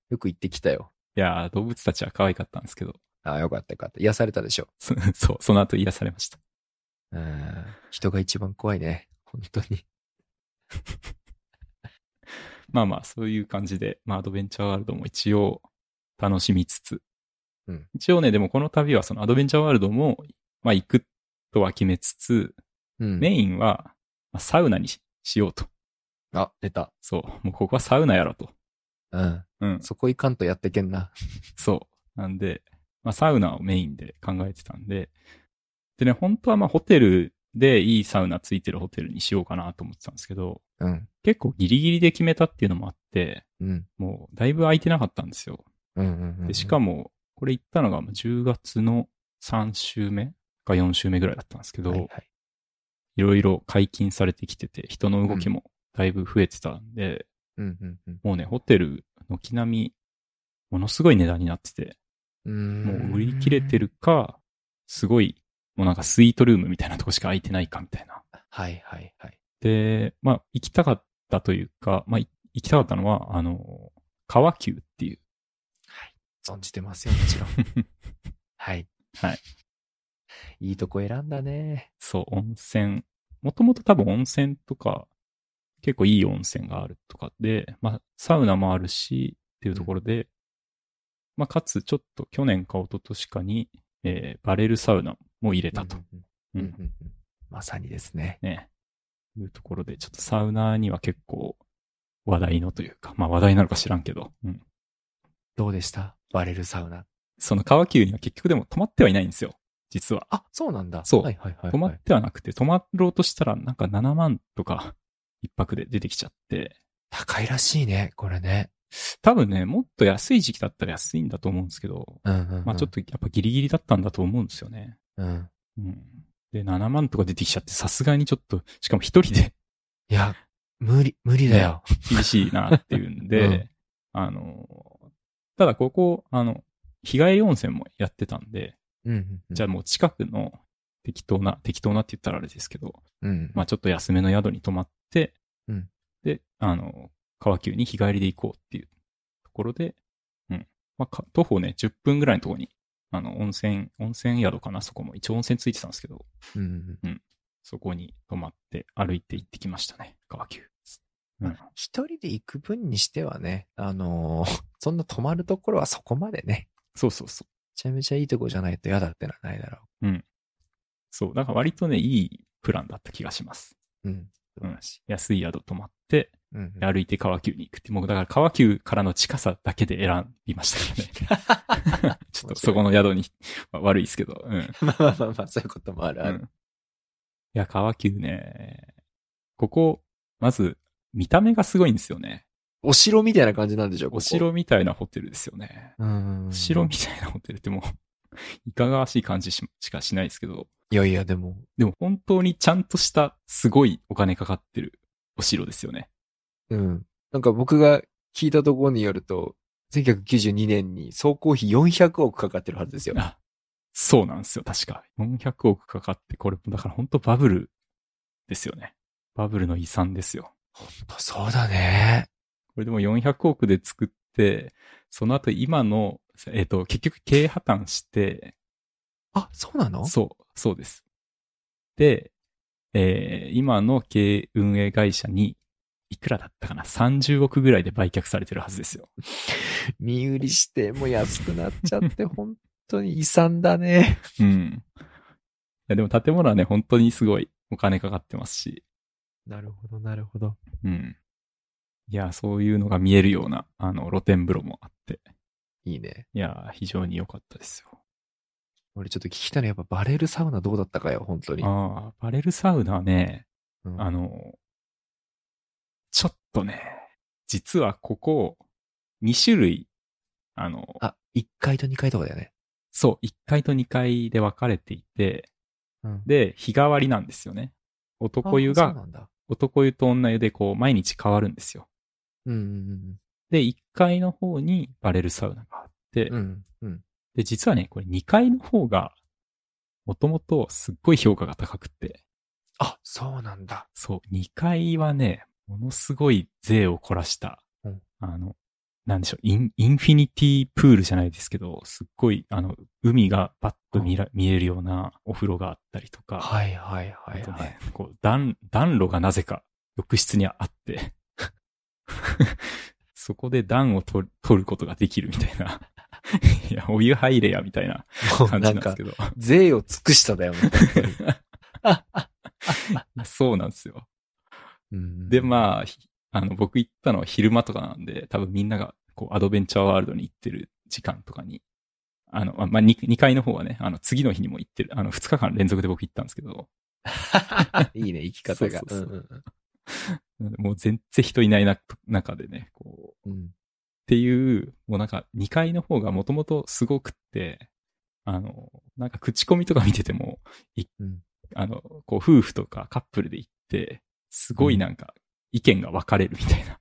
[SPEAKER 2] よく行ってきたよ。
[SPEAKER 1] いやー、動物たちは可愛かったんですけど、
[SPEAKER 2] ああ、よかったよかった。癒されたでしょ。
[SPEAKER 1] そそう、その後癒されました。
[SPEAKER 2] うん。人が一番怖いね。本当に。
[SPEAKER 1] まあまあ、そういう感じで、まあ、アドベンチャーワールドも一応楽しみつつ。
[SPEAKER 2] うん
[SPEAKER 1] 一応ね、でもこの旅はそのアドベンチャーワールドも、まあ行くとは決めつつ、
[SPEAKER 2] うん。
[SPEAKER 1] メインはまあサウナにししようと。
[SPEAKER 2] あ、出た。
[SPEAKER 1] そう。もうここはサウナやろと。
[SPEAKER 2] うん。
[SPEAKER 1] うん。
[SPEAKER 2] そこ行かんとやってけんな。
[SPEAKER 1] そう。なんで、まあサウナをメインで考えてたんで、でね、本当はまあホテルでいいサウナついてるホテルにしようかなと思ってたんですけど、
[SPEAKER 2] うん。
[SPEAKER 1] 結構ギリギリで決めたっていうのもあって、
[SPEAKER 2] うん。
[SPEAKER 1] もうだいぶ空いてなかったんですよ。
[SPEAKER 2] うんうんうん。
[SPEAKER 1] で、しかも、これ行ったのがもう10月の3週目か4週目ぐらいだったんですけど、
[SPEAKER 2] はいはい
[SPEAKER 1] い、ろいろ解禁されてきてて、人の動きもだいぶ増えてたんで、
[SPEAKER 2] うんうんうん。
[SPEAKER 1] もうね、ホテル、軒並み、ものすごい値段になってて、
[SPEAKER 2] うん
[SPEAKER 1] もう売り切れて。るか、すごい、もうなんかスイートルームみたいなとこしか空いてないかみたいな。
[SPEAKER 2] はいはいはい。
[SPEAKER 1] で、まあ、行きたかったというか、まあ、い行きたかったのは、あの、川急っていう、
[SPEAKER 2] 存じてますよ、もちろん。はい。
[SPEAKER 1] はい。
[SPEAKER 2] いいとこ選んだね。
[SPEAKER 1] そう、温泉。もともと多分温泉とか、結構いい温泉があるとかで、まあ、サウナもあるし、っていうところで、まあ、かつ、ちょっと去年か一昨年かに、えーバレルサウナも入れたと。
[SPEAKER 2] うん
[SPEAKER 1] う
[SPEAKER 2] うん
[SPEAKER 1] ん
[SPEAKER 2] うんうんうん。まさにですね。
[SPEAKER 1] ね。いうところで、ちょっとサウナーには結構話題のというか、まあ話題なのか知らんけど、うん。
[SPEAKER 2] どうでしたバレルサウナ。
[SPEAKER 1] その川急には結局でも泊まってはいないんですよ。実は。
[SPEAKER 2] あ、そうなんだ。
[SPEAKER 1] そう
[SPEAKER 2] はいはいはい、はい。
[SPEAKER 1] 泊まってはなくて、泊まろうとしたらなんか7万とか一泊で出てきちゃって、
[SPEAKER 2] 高いらしいね、これね。
[SPEAKER 1] 多分ね、もっと安い時期だったら安いんだと思うんですけど、
[SPEAKER 2] うんうん、うん。
[SPEAKER 1] まあちょっとやっぱギリギリだったんだと思うんですよね。
[SPEAKER 2] うん。
[SPEAKER 1] うん。で、7万とか出てきちゃって、さすがにちょっと、しかも一人で
[SPEAKER 2] いや、無理、無理だよ。
[SPEAKER 1] 厳しいなっていうんで、
[SPEAKER 2] うん
[SPEAKER 1] あの、ただここ、あの、日帰り温泉もやってたんで、
[SPEAKER 2] うんうんうん。
[SPEAKER 1] じゃあもう近くの適当な、適当なって言ったらあれですけど、
[SPEAKER 2] うん。
[SPEAKER 1] まあちょっと安めの宿に泊まって、
[SPEAKER 2] うん
[SPEAKER 1] で、あの、川急に日帰りで行こうっていうところで、うん。まあ、か徒歩ね、10分ぐらいのところに、あの、温泉、温泉宿かな、そこも。一応温泉ついてたんですけど、
[SPEAKER 2] うん。
[SPEAKER 1] そこに泊まって歩いて行ってきましたね、川急。うん。
[SPEAKER 2] 一人で行く分にしてはね、あのー そんな泊まるところはそこまでね、
[SPEAKER 1] そうそうそう。
[SPEAKER 2] めちゃめちゃいいとこじゃないと嫌だってのはないだろ
[SPEAKER 1] そう。だから割とね、いいプランだった気がします。
[SPEAKER 2] う。うん。
[SPEAKER 1] うん。安い宿泊まって、
[SPEAKER 2] うん
[SPEAKER 1] で。歩いて川急に行くって、もうだから川急からの近さだけで選びました からね。ちょっとそこの宿に、まあ悪いですけど。うん。
[SPEAKER 2] まあまあまあまあ、そういうこともあるあ
[SPEAKER 1] う
[SPEAKER 2] る。
[SPEAKER 1] ん、いや、川急ね。ここ、まず、見た目がすごいんですよね。
[SPEAKER 2] お城みたいな感じなんでしょ
[SPEAKER 1] お。城みたいなホテルですよね。
[SPEAKER 2] ここうん。
[SPEAKER 1] お城みたいなホテルってもう、 いかがわしい感じししかしないですけど、
[SPEAKER 2] いやいや、でも、
[SPEAKER 1] でも本当にちゃんとした、すごいお金かかってるお城ですよね。
[SPEAKER 2] うん。なんか僕が聞いたところによると、1992年に総工費400億かかってるはずですよ。
[SPEAKER 1] あ、そうなんですよ、確か。400億かかって、これ、だから本当バブルですよね。バブルの遺産ですよ。
[SPEAKER 2] そうだね。
[SPEAKER 1] これでも400億で作って、その後今の、えっ、と、結局経営破綻して、
[SPEAKER 2] あ、そうなの
[SPEAKER 1] そう、そうです。で、えー今の経営運営会社に、いくらだったかな ?30 億ぐらいで売却されてるはずですよ。
[SPEAKER 2] 身売りして、もう安くなっちゃ って、本当に遺産だね。
[SPEAKER 1] うん。いや、でも建物はね、本当にすごいお金かかってますし、
[SPEAKER 2] なるほど、なるほど。
[SPEAKER 1] うん。いや、そういうのが見えるような、あの、露天風呂もあって、
[SPEAKER 2] いいね。
[SPEAKER 1] いや、非常に良かったですよ。
[SPEAKER 2] 俺ちょっと聞きたいのはやっぱバレルサウナどうだったかよ、本当に。
[SPEAKER 1] ああ、バレルサウナはね、
[SPEAKER 2] うん
[SPEAKER 1] あの、ちょっとね、実はここ、2種類、あの、
[SPEAKER 2] あ、1階と2階とかだよね。
[SPEAKER 1] そう、1階と2階で分かれていて、
[SPEAKER 2] うん
[SPEAKER 1] で、日替わりなんですよね。男湯
[SPEAKER 2] あそう
[SPEAKER 1] が、
[SPEAKER 2] なんだ。
[SPEAKER 1] 男湯と女湯でこう、毎日変わるんですよ。
[SPEAKER 2] うんうん
[SPEAKER 1] で、1階の方にバレルサウナがあって、
[SPEAKER 2] うん。うんうん。
[SPEAKER 1] で、実はね、これ2階の方が、もともとすっごい評価が高くて、
[SPEAKER 2] あ、そうなんだ。
[SPEAKER 1] そう、2階はね、ものすごい税を凝らした、
[SPEAKER 2] うん
[SPEAKER 1] あの、なんでしょうイン、インフィニティプールじゃないですけど、すっごい、あの、海がパッと見ら、見えるようなお風呂があったりとか、
[SPEAKER 2] はいはいはい
[SPEAKER 1] あと
[SPEAKER 2] はい
[SPEAKER 1] ね。、こう、暖、暖炉がなぜか浴室にあって、 そこで暖を取る取ることができるみたいな。いや、お湯入れや、みたいな
[SPEAKER 2] もう
[SPEAKER 1] 感じな
[SPEAKER 2] な
[SPEAKER 1] ん
[SPEAKER 2] ん
[SPEAKER 1] で
[SPEAKER 2] か
[SPEAKER 1] すけ、ど。
[SPEAKER 2] 税を尽くしただよ、本当 に
[SPEAKER 1] そうなんですよ。
[SPEAKER 2] うん
[SPEAKER 1] で、まあ、ひあの、僕行ったのは昼間とかなんで、多分みんなが、こう、アドベンチャーワールドに行ってる時間とかに、あの、まあ、まあ、2, 階の方はね、あの、次の日にも行ってる、あの、2日間連続で僕行ったんですけど、
[SPEAKER 2] いいね、生き方 が。
[SPEAKER 1] そうそうそうん
[SPEAKER 2] うん
[SPEAKER 1] もう全然人いないな中でね、こう、っ
[SPEAKER 2] うんうん
[SPEAKER 1] ていう、もうなんか2階の方がもともとすごくって、あの、なんか口コミとか見てても、い
[SPEAKER 2] うん
[SPEAKER 1] あの、こう、夫婦とかカップルで行って、すごいなんか、意見が分かれるみたいな。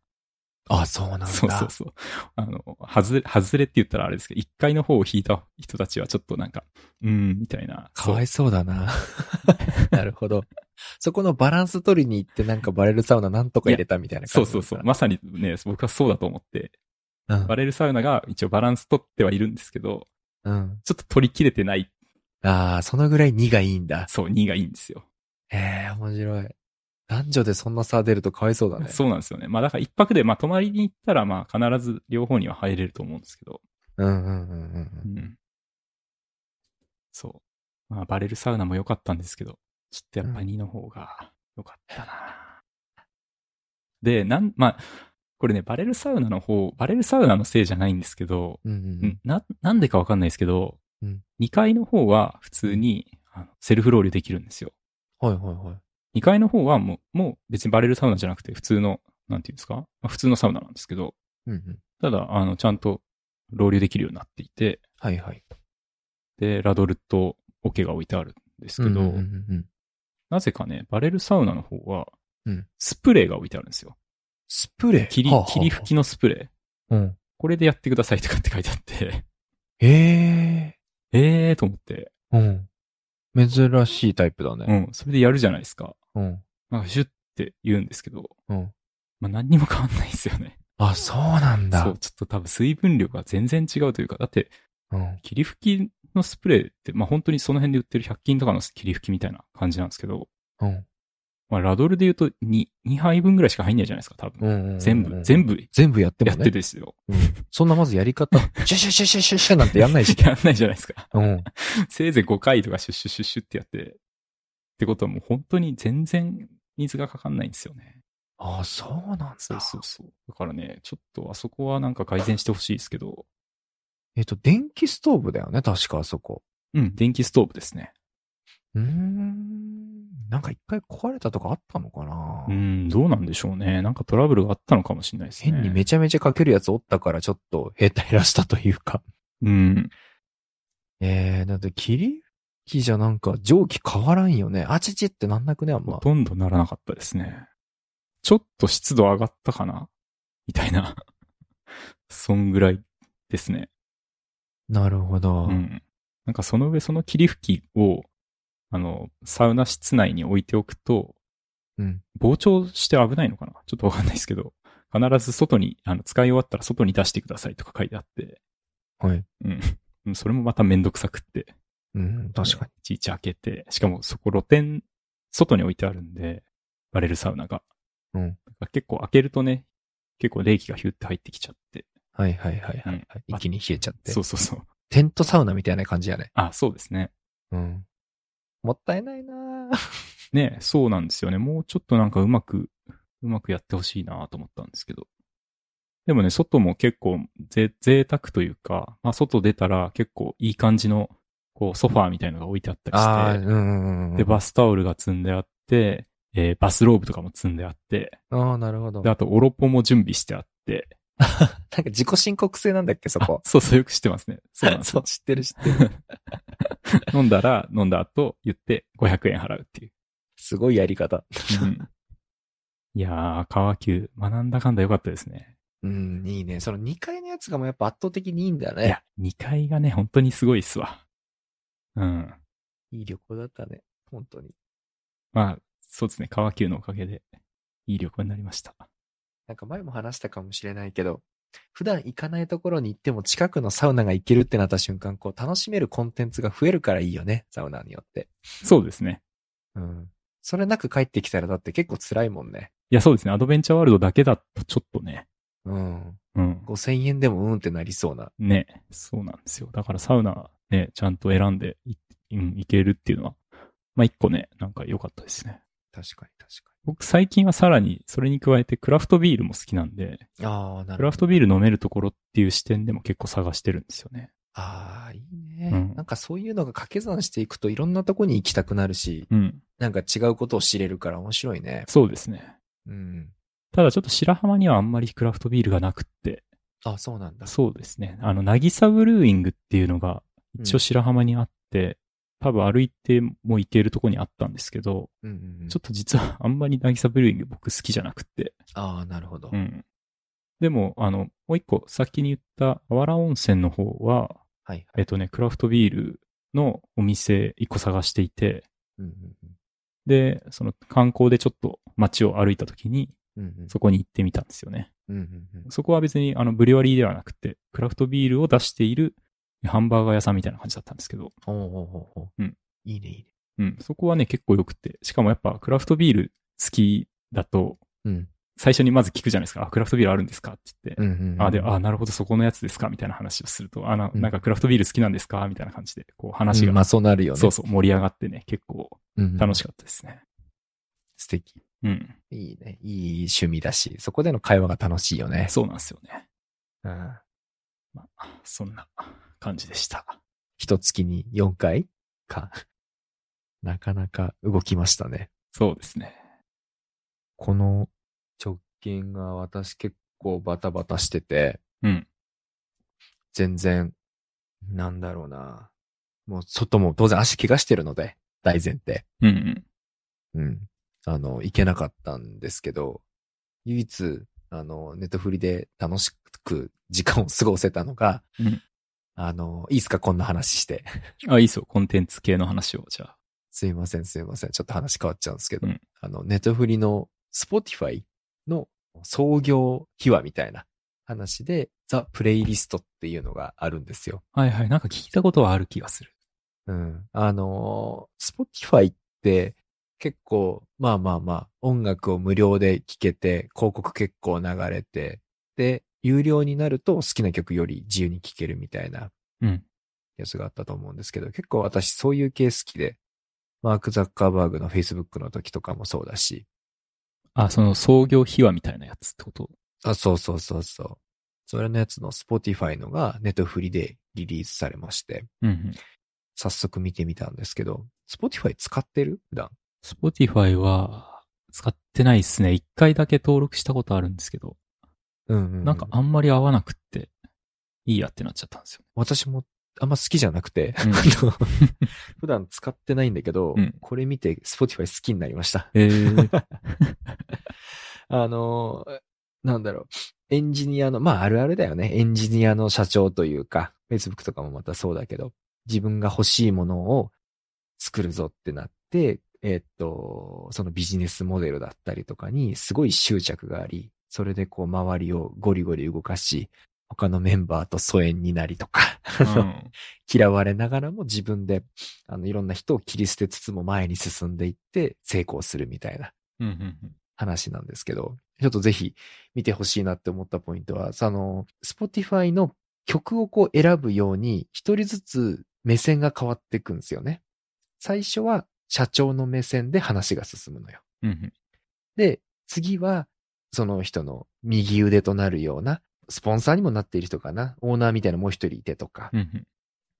[SPEAKER 2] あ、そうなんだ。
[SPEAKER 1] そうそうそう。あの、外れ、外れって言ったらあれですけど、一階の方を引いた人たちはちょっとなんか、うーん、みたいな。
[SPEAKER 2] かわ
[SPEAKER 1] い
[SPEAKER 2] いそうだな。 なるほど。そこのバランス取りに行ってなんかバレルサウナなんとか入れたみたいな
[SPEAKER 1] そ
[SPEAKER 2] 感
[SPEAKER 1] う
[SPEAKER 2] じ
[SPEAKER 1] そ
[SPEAKER 2] な
[SPEAKER 1] うそう。
[SPEAKER 2] んだ
[SPEAKER 1] まさにね、僕はそうだと思って、
[SPEAKER 2] うん
[SPEAKER 1] バレルサウナが一応バランス取ってはいるんですけど、
[SPEAKER 2] うん。
[SPEAKER 1] ちょっと取り切れてない、
[SPEAKER 2] ああ、そのぐらい2がいいんだ。
[SPEAKER 1] そう、2がいいんですよ。
[SPEAKER 2] へえ、面白い。男女でそんな差出るとかわいそうだね。
[SPEAKER 1] そうなんですよね。まあだから一泊で、まあ泊まりに行ったら、まあ必ず両方には入れると思うんですけど、
[SPEAKER 2] うんうんうんうん
[SPEAKER 1] うん。そう。まあバレルサウナも良かったんですけど、ちょっとやっぱ
[SPEAKER 2] うん
[SPEAKER 1] 2の方が良かったな、で、なん、まあ、これね、バレルサウナの方、バレルサウナのせいじゃないんですけど、
[SPEAKER 2] うん。うんうんうん。
[SPEAKER 1] な、なんでかわかんないですけど、
[SPEAKER 2] うん
[SPEAKER 1] 2階の方は普通にあのセルフロウリュできるんですよ。
[SPEAKER 2] はいはいはい。
[SPEAKER 1] 2階の方はもう、もう別にバレルサウナじゃなくて普通の、なんていうんですか、まあ、普通のサウナなんですけど、
[SPEAKER 2] うんうん。
[SPEAKER 1] ただ、あの、ちゃんと、ロウリュできるようになっていて、
[SPEAKER 2] はいはい。
[SPEAKER 1] で、ラドルと桶が置いてあるんですけど、
[SPEAKER 2] うんうんうんうん
[SPEAKER 1] なぜかね、バレルサウナの方は
[SPEAKER 2] うん、
[SPEAKER 1] スプレーが置いてあるんですよ。
[SPEAKER 2] スプレー
[SPEAKER 1] 霧
[SPEAKER 2] はあはあはあ
[SPEAKER 1] 霧吹きのスプレー。
[SPEAKER 2] うん。
[SPEAKER 1] これでやってくださいとかって書いてあって、
[SPEAKER 2] え
[SPEAKER 1] えーと思って、
[SPEAKER 2] えうん。珍しいタイプだ
[SPEAKER 1] う
[SPEAKER 2] ね。
[SPEAKER 1] ん、それでやるじゃないですか。
[SPEAKER 2] うん。
[SPEAKER 1] なんかシュッて言うんですけど、
[SPEAKER 2] うん。
[SPEAKER 1] まあ何にも変わんないですよね。
[SPEAKER 2] あ、そうなんだ。
[SPEAKER 1] そう、ちょっと多分水分量が全然違うというか、だって
[SPEAKER 2] うん。
[SPEAKER 1] 霧吹きのスプレーって、まあ本当にその辺で売ってる100均とかの霧吹きみたいな感じなんですけど、
[SPEAKER 2] うん。
[SPEAKER 1] まあラドルで言うと2、2杯分ぐらいしか入んないじゃないですか、多
[SPEAKER 2] う
[SPEAKER 1] 分。
[SPEAKER 2] んうん。
[SPEAKER 1] 全部、全
[SPEAKER 2] 部。
[SPEAKER 1] 部
[SPEAKER 2] 全部やっても
[SPEAKER 1] や
[SPEAKER 2] ね。
[SPEAKER 1] ってですよ。
[SPEAKER 2] そんなまずや り方、シュシュシュシュシュシュなんてやんないし。
[SPEAKER 1] やんないじゃないですか。
[SPEAKER 2] うん。
[SPEAKER 1] せいぜい5回とかシュッシュッシュッシュッってやって、ってことはもう本当に全然水がかかんないんですよね。
[SPEAKER 2] あ、そうなんだ。
[SPEAKER 1] そうそうそう。だからね、ちょっとあそこはなんか改善してほしいですけど、
[SPEAKER 2] えっと、電気ストーブだよね、確かあそこ。
[SPEAKER 1] うん、電気ストーブですね。
[SPEAKER 2] うーん。なんか一回壊れたとかあったのかな、
[SPEAKER 1] うん、どうなんでしょうね。なんかトラブルがあったのかもしれないですね。
[SPEAKER 2] 変にめちゃめちゃかけるやつおったからちょっと兵隊らしたというか。
[SPEAKER 1] うん。
[SPEAKER 2] えー、だって霧吹きじゃなんか蒸気変わらんよね。あちちってなんなくね、あん
[SPEAKER 1] ほ
[SPEAKER 2] ま。
[SPEAKER 1] とんどならなかったですね。ちょっと湿度上がったかなみたいな。 そんぐらいですね。
[SPEAKER 2] なるほど。
[SPEAKER 1] うん。なんかその上、その霧吹きを、あの、サウナ室内に置いておくと、
[SPEAKER 2] うん
[SPEAKER 1] 膨張して危ないのかなちょっとわかんないですけど、必ず外に、あの、使い終わったら外に出してくださいとか書いてあって、
[SPEAKER 2] はい。
[SPEAKER 1] うんうん。それもまためんどくさくって。
[SPEAKER 2] うん、確か
[SPEAKER 1] に。
[SPEAKER 2] に。
[SPEAKER 1] いちいち開けて、しかもそこ露店、外に置いてあるんで、バレルサウナが。
[SPEAKER 2] うん
[SPEAKER 1] だから結構開けるとね、結構冷気がヒュって入ってきちゃって。
[SPEAKER 2] はいはいはいはい、はい
[SPEAKER 1] うん
[SPEAKER 2] 一気に冷えちゃって。
[SPEAKER 1] そうそうそう。
[SPEAKER 2] テントサウナみたいな感じやね。
[SPEAKER 1] あ、そうですね。
[SPEAKER 2] うん。もったいないなぁ
[SPEAKER 1] ねそうなんですよね。もうちょっとなんかうまく、うまくやってほしいなと思ったんですけど。でもね、外も結構ぜ贅沢というか、まあ外出たら結構いい感じの、こうソファーみたいのが置いてあったりして。
[SPEAKER 2] ああ、うんうんうん。
[SPEAKER 1] で、バスタオルが積んであって、えーバスローブとかも積んであって、
[SPEAKER 2] ああ、なるほど。
[SPEAKER 1] で、
[SPEAKER 2] なん
[SPEAKER 1] あと、オロポも準備してあって、
[SPEAKER 2] か自己申告制なんだっけ、そ
[SPEAKER 1] あ
[SPEAKER 2] こ。
[SPEAKER 1] そうそう、よく知ってますね。そうなんです
[SPEAKER 2] そ
[SPEAKER 1] よ。
[SPEAKER 2] う、知ってる知ってる。
[SPEAKER 1] 飲んだら、飲んだ後、言って、500円払うっていう。
[SPEAKER 2] すごいやり方。
[SPEAKER 1] うんいやー、川急、学んだかんだ良かったですね。
[SPEAKER 2] うん、いいね。その2階のやつがもうやっぱ圧倒的にいいんだ
[SPEAKER 1] い
[SPEAKER 2] ね。
[SPEAKER 1] や、2階がね、本当にすごいっすわ。うん。
[SPEAKER 2] いい旅行だったね。本当に。
[SPEAKER 1] まあ、そうですね、川急のおかげで、いい旅行になりました。
[SPEAKER 2] なんか前も話したかもしれないけど、普段行かないところに行っても近くのサウナが行けるってなった瞬間、こう楽しめるコンテンツが増えるからいいよね。サウナによって。
[SPEAKER 1] そうですね。
[SPEAKER 2] うん。それなく帰ってきたらだって結構辛いもんね。
[SPEAKER 1] いや、そうですね、アドベンチャーワールドだけだと、ちょっとね、
[SPEAKER 2] うん。
[SPEAKER 1] うん。
[SPEAKER 2] 5000円でもうんってなりそうな。
[SPEAKER 1] ね、そうなんですよ。だからサウナね、ちゃんと選んでい、うん、いけるっていうのは、まあ一個ね、なんか良かったですね。
[SPEAKER 2] 確かに確か
[SPEAKER 1] 僕最近はさらに、それに加えてクラフトビールも好きなんで、
[SPEAKER 2] に。ああ、な
[SPEAKER 1] ク
[SPEAKER 2] るほ
[SPEAKER 1] ラ
[SPEAKER 2] ど。
[SPEAKER 1] フトビール飲めるところっていう視点でも結構探してるんですよね。
[SPEAKER 2] ああ、いいね、
[SPEAKER 1] うん
[SPEAKER 2] なんかそういうのが掛け算していくといろんなとこに行きたくなるし、
[SPEAKER 1] うん。
[SPEAKER 2] なんか違うことを知れるから面白いね。
[SPEAKER 1] そうですね。
[SPEAKER 2] うん。
[SPEAKER 1] ただちょっと白浜にはあんまりクラフトビールがなくって、
[SPEAKER 2] あそうなんだ。
[SPEAKER 1] そうですね。あの、なぎさブルーイングっていうのが一応白浜にあって、多分歩いても行けるとこにあったんですけど、
[SPEAKER 2] うんうんうん、
[SPEAKER 1] ちょっと実はあんまりなぎさブルーイング僕好きじゃなくって、
[SPEAKER 2] ああ、なるほど。
[SPEAKER 1] うん。でも、あの、もう一個、先に言った、あわら温泉の方は、
[SPEAKER 2] はいはい。
[SPEAKER 1] えっとね、クラフトビールのお店一個探していて、
[SPEAKER 2] うんうん
[SPEAKER 1] で、その観光でちょっと街を歩いた時に、
[SPEAKER 2] うんうんうん
[SPEAKER 1] そこに行ってみたんですよね。
[SPEAKER 2] うんうんうん
[SPEAKER 1] そこは別に、あの、ブリュワリーではなくて、クラフトビールを出しているハンバーガー屋さんみたいな感じだったんですけど、
[SPEAKER 2] おうおうおうおう
[SPEAKER 1] うん
[SPEAKER 2] いいねいいね。
[SPEAKER 1] うん、そこはね、結構良くて、しかもやっぱクラフトビール好きだと、
[SPEAKER 2] うん
[SPEAKER 1] 最初にまず聞くじゃないですか、あ、クラフトビールあるんですかって言って、
[SPEAKER 2] うんうんうん
[SPEAKER 1] あ、で、あ、なるほど、そこのやつですかみたいな話をすると、あ、な
[SPEAKER 2] うん
[SPEAKER 1] なんかクラフトビール好きなんですかみたいな感じで、こう
[SPEAKER 2] う
[SPEAKER 1] 話
[SPEAKER 2] ん、ま
[SPEAKER 1] が、
[SPEAKER 2] あそうなるよね。
[SPEAKER 1] そうそう、盛り上がってね、結構
[SPEAKER 2] うんうん
[SPEAKER 1] 楽しかったですね。
[SPEAKER 2] 素敵。
[SPEAKER 1] うん。
[SPEAKER 2] いいね。いい趣味だし、そこでの会話が楽しいよね。
[SPEAKER 1] そうなんですよね。
[SPEAKER 2] うん。
[SPEAKER 1] まあ、そんな感じでした。
[SPEAKER 2] 一月に4回か。 なかなか動きましたね。
[SPEAKER 1] そうですね。
[SPEAKER 2] この直近が私結構バタバタしてて、
[SPEAKER 1] うん。
[SPEAKER 2] 全然、なんだろうな。もう外も当然足怪我してるので、大前提。
[SPEAKER 1] うんうん。
[SPEAKER 2] うん。あの、行けなかったんですけど、唯一、あの、ネットフリで楽しく時間を過ごせたのが、
[SPEAKER 1] うん
[SPEAKER 2] あの、いいっすかこんな話して。
[SPEAKER 1] あ、いいっすよ。コンテンツ系の話を、じゃあ。
[SPEAKER 2] すいません、すいません。ちょっと話変わっちゃうんですけど、
[SPEAKER 1] うん
[SPEAKER 2] あの、ネットフリの Spotify の創業秘話みたいな話で、ザ・プレイリストっていうのがあるんですよ。
[SPEAKER 1] はいはい。なんか聞いたことはある気がする。
[SPEAKER 2] うん。あのー、Spotify って結構、まあまあまあ、音楽を無料で聴けて、広告結構流れて、で、有料になると好きな曲より自由に聴けるみたいな
[SPEAKER 1] うん。
[SPEAKER 2] やつがあったと思うんですけど、結構私そういう系好きで、マーク・ザッカーバーグの Facebook の時とかもそうだし、
[SPEAKER 1] あ、その創業秘話みたいなやつってこと
[SPEAKER 2] あ、そうそうそうそう。それのやつの Spotify のがネットフリでリリースされまして、
[SPEAKER 1] うんうん。
[SPEAKER 2] 早速見てみたんですけど、Spotify 使ってる普段。
[SPEAKER 1] Spotify は使ってないですね。一回だけ登録したことあるんですけど、
[SPEAKER 2] うんうう
[SPEAKER 1] なんかあんまり合わなくって、いいやってなっちゃったんですよ。
[SPEAKER 2] 私もあんま好きじゃなくて、
[SPEAKER 1] うん
[SPEAKER 2] あの 普段使ってないんだけど、
[SPEAKER 1] うん
[SPEAKER 2] これ見て Spotify 好きになりました。
[SPEAKER 1] えー、
[SPEAKER 2] あの、なんだろう。エンジニアの、まああるあるだよね。エンジニアの社長というか、Facebook とかもまたそうだけど、自分が欲しいものを作るぞってなって、えっと、そのビジネスモデルだったりとかにすごい執着があり、それでこう周りをゴリゴリ動かし、他のメンバーと疎遠になりとか、
[SPEAKER 1] うん
[SPEAKER 2] 嫌われながらも自分で、あの、いろんな人を切り捨てつつも前に進んでいって成功するみたいな
[SPEAKER 1] うんうんうん。
[SPEAKER 2] 話なんですけど、ちょっとぜひ見てほしいなって思ったポイントは、その、Spotify の曲をこう選ぶように、一人ずつ目線が変わっていくんですよね。最初は社長の目線で話が進むのよ。
[SPEAKER 1] うんうん
[SPEAKER 2] で、次は、その人の右腕となるような、スポンサーにもなっている人かな、オーナーみたいなもう一人いてとか、
[SPEAKER 1] うんうん。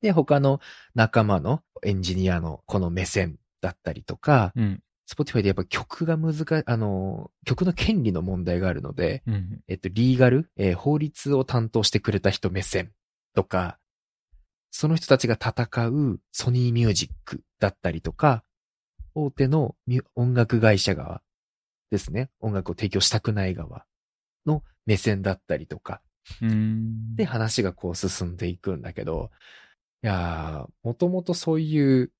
[SPEAKER 2] で、他の仲間のエンジニアのこの目線だったりとか、
[SPEAKER 1] うん
[SPEAKER 2] Spotify でやっぱ曲が難い、あの、曲の権利の問題があるので、
[SPEAKER 1] うんうん。
[SPEAKER 2] えっと、リーガル、えー法律を担当してくれた人目線とか、その人たちが戦うソニーミュージックだったりとか、大手のミュ音楽会社側ですね。音楽を提供したくない側の目線だったりとか、
[SPEAKER 1] うーん
[SPEAKER 2] で、話がこう進んでいくんだけど、いやー、もともとそういう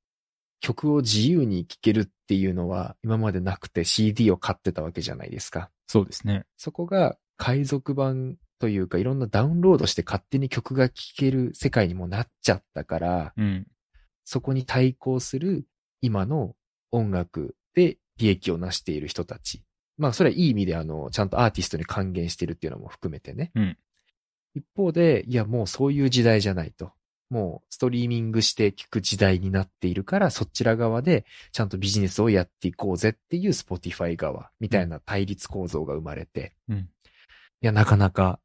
[SPEAKER 2] 曲を自由に聴けるっていうのは今までなくて CD を買ってたわけじゃないですか。
[SPEAKER 1] そうですね。
[SPEAKER 2] そこが海賊版というかいろんなダウンロードして勝手に曲が聴ける世界にもなっちゃったから、
[SPEAKER 1] うん。
[SPEAKER 2] そこに対抗する今の音楽で利益を成している人たち。まあそれはいい意味であの、ちゃんとアーティストに還元してるっていうのも含めてね。
[SPEAKER 1] うん
[SPEAKER 2] 一方で、いやもうそういう時代じゃないと。もうストリーミングして聞く時代になっているから、そちら側でちゃんとビジネスをやっていこうぜっていう Spotify 側みたいな対立構造が生まれて。
[SPEAKER 1] うん
[SPEAKER 2] いや、なかなか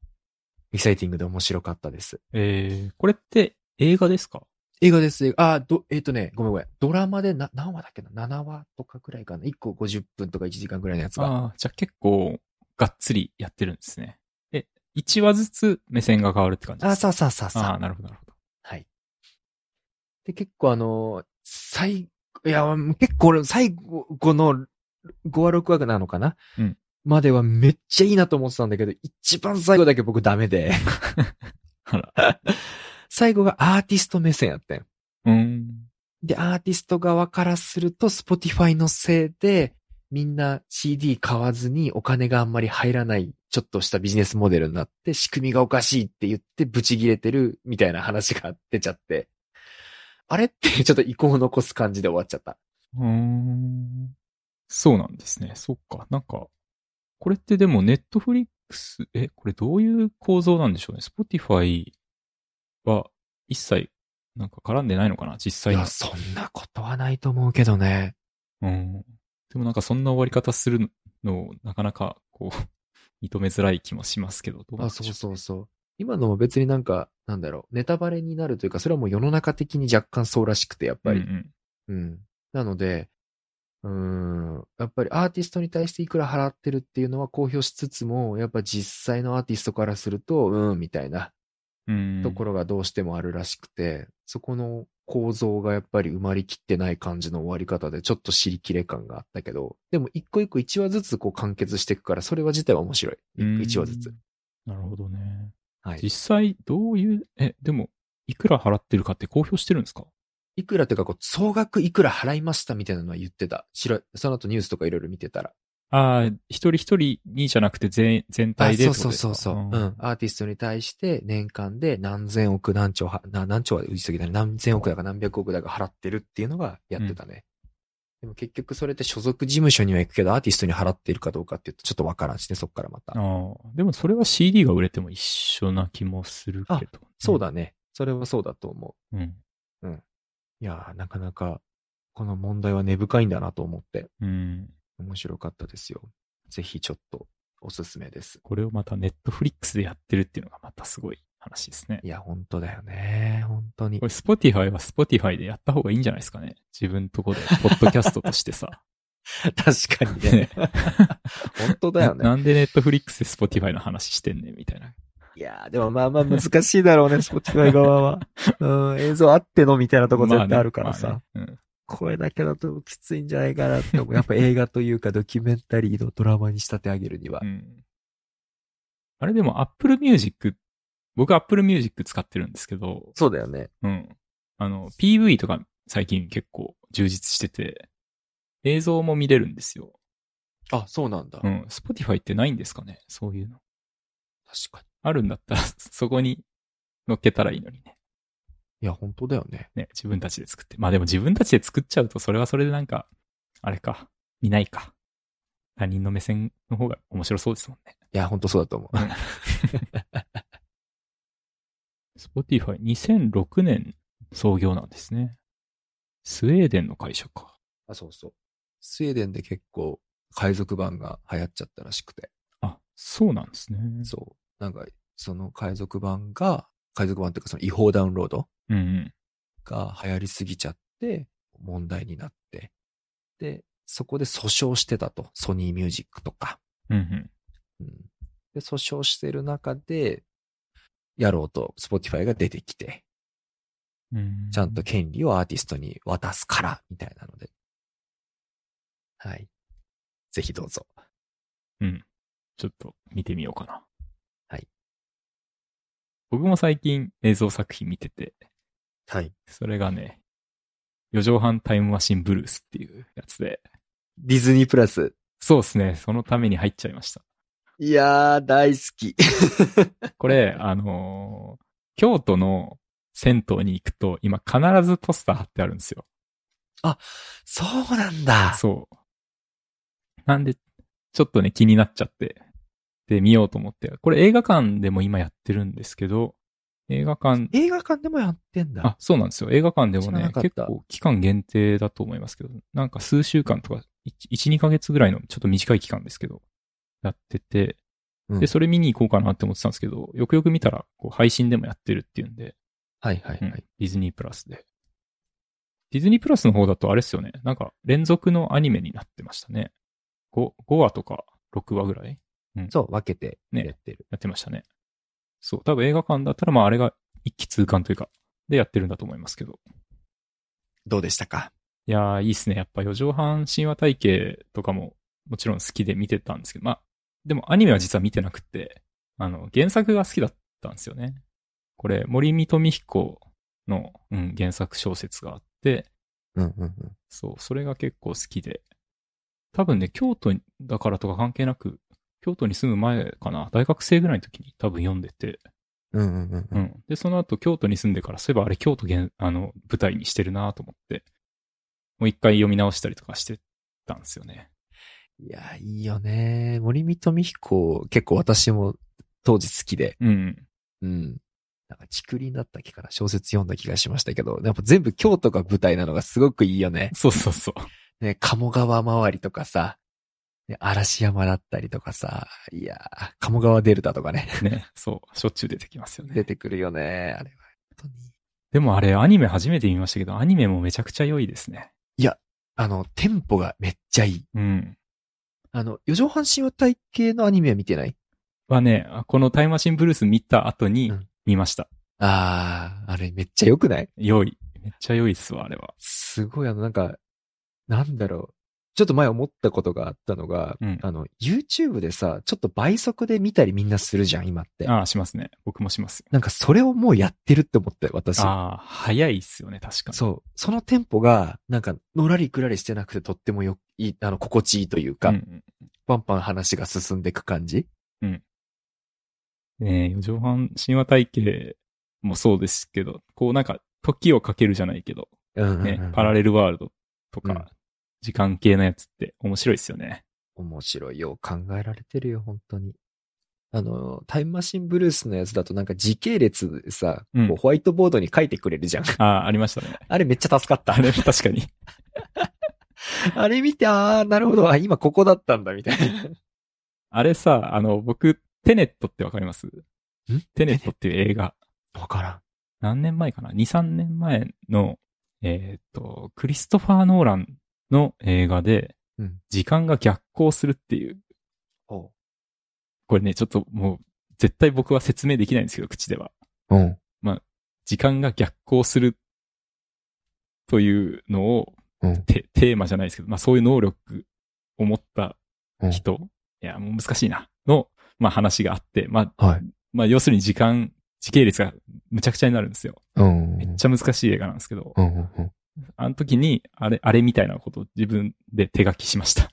[SPEAKER 2] エキサイティングで面白かったです。
[SPEAKER 1] えー、これって映画ですか
[SPEAKER 2] 映画です。映画あ、ど、えっ、とね、ごめんごめん。ドラマでな、何話だっけな ?7 話とかくらいかな。1個50分とか1時間くらいのやつが。
[SPEAKER 1] ああ、じゃあ結構、がっつりやってるんですね。え、1話ずつ目線が変わるって感じ
[SPEAKER 2] あ、
[SPEAKER 1] です
[SPEAKER 2] さ
[SPEAKER 1] か
[SPEAKER 2] あさあさあ
[SPEAKER 1] あ
[SPEAKER 2] さ
[SPEAKER 1] あ、
[SPEAKER 2] あ。
[SPEAKER 1] なるほど、なるほど。
[SPEAKER 2] はい。で、結構あのー、最、いや、結構俺、最後の5話6話なのかな
[SPEAKER 1] うん
[SPEAKER 2] まではめっちゃいいなと思ってたんだけど、一番最後だけ僕ダメで、
[SPEAKER 1] あら。
[SPEAKER 2] 最後がアーティスト目線やったん。
[SPEAKER 1] うーん。
[SPEAKER 2] で、アーティスト側からすると、Spotify のせいで、みんな CD 買わずにお金があんまり入らない、ちょっとしたビジネスモデルになって、仕組みがおかしいって言って、ブチ切れてる、みたいな話が出ちゃって。あれって、 ちょっと意向を残す感じで終わっちゃった。
[SPEAKER 1] うーん。そうなんですね。そっか。なんか、これってでもネットフリックス、え、これどういう構造なんでしょうね。Spotify は一切なんか絡んでないのかな実
[SPEAKER 2] い
[SPEAKER 1] 際に
[SPEAKER 2] や、。そんなことはないと思うけどね。
[SPEAKER 1] うん。でもなんかそんな終わり方するのをなかなかこう、 認めづらい気もしますけど、どうなん
[SPEAKER 2] あ、
[SPEAKER 1] でしょ
[SPEAKER 2] そううそうそう。今のも別になんか、なんだろう、ネタバレになるというか、それはもう世の中的に若干そうらしくて、やっぱり。
[SPEAKER 1] うんうん
[SPEAKER 2] うん。なので、うーん、やっぱりアーティストに対していくら払ってるっていうのは公表しつつも、やっぱ実際のアーティストからすると、うん、みたいな
[SPEAKER 1] うん
[SPEAKER 2] ところがどうしてもあるらしくて、そこの構造がやっぱり埋まりきってない感じの終わり方で、ちょっと知りきれ感があったけど、でも一個一個一話ずつこう完結していくから、それは自体は面白い。
[SPEAKER 1] うん
[SPEAKER 2] 一話ずつ。。
[SPEAKER 1] なるほどね。
[SPEAKER 2] はい。
[SPEAKER 1] 実際、どういう、え、でも、いくら払ってるかって公表してるんですか
[SPEAKER 2] いくらというか、こう、総額いくら払いましたみたいなのは言ってた。しらその後ニュースとかいろいろ見てたら。
[SPEAKER 1] ああ、一人一人にじゃなくて全全
[SPEAKER 2] あ
[SPEAKER 1] 体でって
[SPEAKER 2] そう
[SPEAKER 1] こ
[SPEAKER 2] そ
[SPEAKER 1] と
[SPEAKER 2] う
[SPEAKER 1] です
[SPEAKER 2] そ
[SPEAKER 1] か
[SPEAKER 2] うそう。うん。アーティストに対して年間で何千億何兆は、な何兆は言い過ぎだね。何千億だか何百億だか払ってるっていうのがやってたね。でも結局それって所属事務所には行くけど、アーティストに払っているかどうかっていうとちょっとわからんしね、そっからまた。
[SPEAKER 1] ああでもそれは CD が売れても一緒な気もするけど。
[SPEAKER 2] そうだね。それはそうだと思
[SPEAKER 1] うん。
[SPEAKER 2] う。いやー、なかなか、この問題は根深いんだなと思って、
[SPEAKER 1] うん。
[SPEAKER 2] 面白かったですよ。ぜひちょっと、おすすめです。
[SPEAKER 1] これをまたネットフリックスでやってるっていうのがまたすごい話ですね
[SPEAKER 2] い。や、本当だよね。本当に
[SPEAKER 1] こ。れ Spotify は Spotify でやった方がいいんじゃないですかね。自分とこで、ポッドキャストとしてさ。
[SPEAKER 2] 確かに ね。本当だよね
[SPEAKER 1] な。なんでネットフリックスで Spotify の話してんねんみたいな。
[SPEAKER 2] いやー、でもまあまあ難しいだろうね、Spotify 側は。うん、映像あってのみたいなとこ絶対あるからさ。
[SPEAKER 1] まあねまあね
[SPEAKER 2] 声だけだときついんじゃないかなって 思う。やっぱ映画というかドキュメンタリーのドラマに仕立て上げるには。
[SPEAKER 1] うんうんあれでも Apple Music、僕 Apple Music 使ってるんですけど、
[SPEAKER 2] そうだよね。
[SPEAKER 1] うん。あの、PV とか最近結構充実してて、映像も見れるんですよ。
[SPEAKER 2] あ、そうなんだ。
[SPEAKER 1] うん。Spotify ってないんですかねそういうの。
[SPEAKER 2] 確かに。
[SPEAKER 1] あるんだったら、 そこに乗っけたらいいのにね。
[SPEAKER 2] いや、本当だよね。
[SPEAKER 1] ね、自分たちで作って。まあでも自分たちで作っちゃうと、それはそれでなんか、あれか、見ないか。他人の目線の方が面白そうですもんね。
[SPEAKER 2] いや、本当そうだと思う。
[SPEAKER 1] Spotify 2006年創業なんですね。スウェーデンの会社か。
[SPEAKER 2] あ、そうそう。スウェーデンで結構海賊版が流行っちゃったらしくて。
[SPEAKER 1] あ、そうなんですね。
[SPEAKER 2] そう。なんか、その海賊版が、海賊版っていうかその違法ダウンロード
[SPEAKER 1] う。うんうん。
[SPEAKER 2] が流行りすぎちゃって、問題になって、で、そこで訴訟してたと。ソニーミュージックとか。
[SPEAKER 1] うんうん。
[SPEAKER 2] うん、で、訴訟してる中で、やろうと、スポティファイが出てきて、
[SPEAKER 1] うん
[SPEAKER 2] ちゃんと権利をアーティストに渡すから、みたいなので。はい。ぜひどうぞ。
[SPEAKER 1] ちょっと見てみようかな。
[SPEAKER 2] はい。
[SPEAKER 1] 僕も最近映像作品見てて、
[SPEAKER 2] はい。
[SPEAKER 1] それがね、四畳半タイムマシンブルースっていうやつで、
[SPEAKER 2] ディズニープラス。
[SPEAKER 1] そうですね、そのために入っちゃいました。
[SPEAKER 2] いやー、大好き。
[SPEAKER 1] こ れ、あのー京都の銭湯に行くと、今必ずポスター貼ってあるんですよ。
[SPEAKER 2] そうなんだ。
[SPEAKER 1] そう。なんで、ちょっとね、気になっちゃって、で、見ようと思って。これ映画館でも今やってるんですけど、映画館、
[SPEAKER 2] 映画館でもやってんだ。
[SPEAKER 1] あ、そうなんですよ。映画館でも
[SPEAKER 2] 知ら
[SPEAKER 1] ね
[SPEAKER 2] な、かった
[SPEAKER 1] 結構期間限定だと思いますけど、なんか数週間とか、1、2ヶ月ぐらいのちょっと短い期間ですけど、やってて、
[SPEAKER 2] うん
[SPEAKER 1] で、それ見に行こうかなって思ってたんですけど、よくよく見たら、こう、配信でもやってるっていうんで、
[SPEAKER 2] はいはい
[SPEAKER 1] うん
[SPEAKER 2] はい。
[SPEAKER 1] ディズニープラスで。ディズニープラスの方だとあれですよね。なんか連続のアニメになってましたね。5, 5話とか6話ぐらい
[SPEAKER 2] そう、分けてやってる。
[SPEAKER 1] やってましたね。そう。多分映画館だったらまああれが一気通貫というか、でやってるんだと思いますけど。
[SPEAKER 2] どうでしたか
[SPEAKER 1] いやー、いいっすね。やっぱ四畳半神話体系とかももちろん好きで見てたんですけど、まあ、でもアニメは実は見てなくて、あの、原作が好きだったんですよね。これ、森見富彦の、うん、原作小説があって、
[SPEAKER 2] うんうんうん。
[SPEAKER 1] そう、それが結構好きで。多分ね、京都だからとか関係なく、京都に住む前かな、大学生ぐらいの時に多分読んでて、
[SPEAKER 2] うんうんうんう。
[SPEAKER 1] うんん。で、その後京都に住んでから、そういえばあれ京都原あの、舞台にしてるなと思って、もう一回読み直したりとかしてたんですよね。
[SPEAKER 2] いや、いいよね。森見富彦、結構私も当時好きで、
[SPEAKER 1] うん。
[SPEAKER 2] うん。なんか、竹林だったっけかな小説読んだ気がしましたけど、やっぱ全部京都が舞台なのがすごくいいよね。
[SPEAKER 1] そうそうそう。
[SPEAKER 2] ね、鴨川周りとかさ、ね、嵐山だったりとかさ、いやー、鴨川デルタとか ね、
[SPEAKER 1] ね。そう。しょっちゅう出てきますよ
[SPEAKER 2] 出
[SPEAKER 1] ね。
[SPEAKER 2] てくるよね。あれは、本当に。
[SPEAKER 1] でもあれ、アニメ初めて見ましたけど、アニメもめちゃくちゃ良いですね。
[SPEAKER 2] あの、テンポがめっちゃいい。
[SPEAKER 1] うん。
[SPEAKER 2] あの、四畳半身話体系のアニメは見てない
[SPEAKER 1] はね、あこのタイムマシンブルース見た後に
[SPEAKER 2] うん
[SPEAKER 1] 見ました。
[SPEAKER 2] あー、あれめっちゃ良くない
[SPEAKER 1] 良い。めっちゃ良いっすわ、あれは。
[SPEAKER 2] すごい、あの、なんか、なんだろう。ちょっと前思ったことがあったのが、
[SPEAKER 1] うん
[SPEAKER 2] あの、YouTube でさ、ちょっと倍速で見たりみんなするじゃん、今って。
[SPEAKER 1] ああ、しますね。僕もしますよ。
[SPEAKER 2] なんかそれをもうやってるって思って、私。
[SPEAKER 1] ああ、早いっすよね、確かに。
[SPEAKER 2] そう。そのテンポが、なんか、のらりくらりしてなくてとってもよ、いい、あの、心地いいというか、
[SPEAKER 1] うん
[SPEAKER 2] パンパン話が進んでいく感じ
[SPEAKER 1] ねえ、四畳半神話体系もそうですけど、こうなんか、時をかけるじゃないけど、
[SPEAKER 2] うんうんうん、
[SPEAKER 1] ね、パラレルワールドと
[SPEAKER 2] うん
[SPEAKER 1] か、時間系のやつって面白いですよ ね。
[SPEAKER 2] 面白いよ。考えられてるよ、本当に。あの、タイムマシンブルースのやつだとなんか時系列でさ、
[SPEAKER 1] うん
[SPEAKER 2] こうホワイトボードに書いてくれるじゃん。
[SPEAKER 1] ああ、ありましたね。
[SPEAKER 2] あれめっちゃ助かった
[SPEAKER 1] あ。れ、確かに。
[SPEAKER 2] あれ見て、あー、なるほど、あ、今ここだったんだ、みたいな。
[SPEAKER 1] あれさ、あの、僕、テネットってわかりますテネットっていう映画。
[SPEAKER 2] わからん。
[SPEAKER 1] 何年前かな ?2、3年前の、えーっと、クリストファー・ノーランの映画で
[SPEAKER 2] うん、
[SPEAKER 1] 時間が逆行するっていう。
[SPEAKER 2] お
[SPEAKER 1] これね、ちょっともう、絶対僕は説明できないんですけど、口では。
[SPEAKER 2] うん。
[SPEAKER 1] 時間が逆行するというのを、
[SPEAKER 2] うん
[SPEAKER 1] てテーマじゃないですけど、まあそういう能力を持った
[SPEAKER 2] うん
[SPEAKER 1] 人、いや、もう難しいな、の、まあ話があって、まあ
[SPEAKER 2] はい。
[SPEAKER 1] まあ、要するに時間、時系列がむちゃくちゃになるんですよ。
[SPEAKER 2] うん
[SPEAKER 1] めっちゃ難しい映画なんですけど、
[SPEAKER 2] うんうんうん。
[SPEAKER 1] あの時に、あれ、あれみたいなことを自分で手書きしました。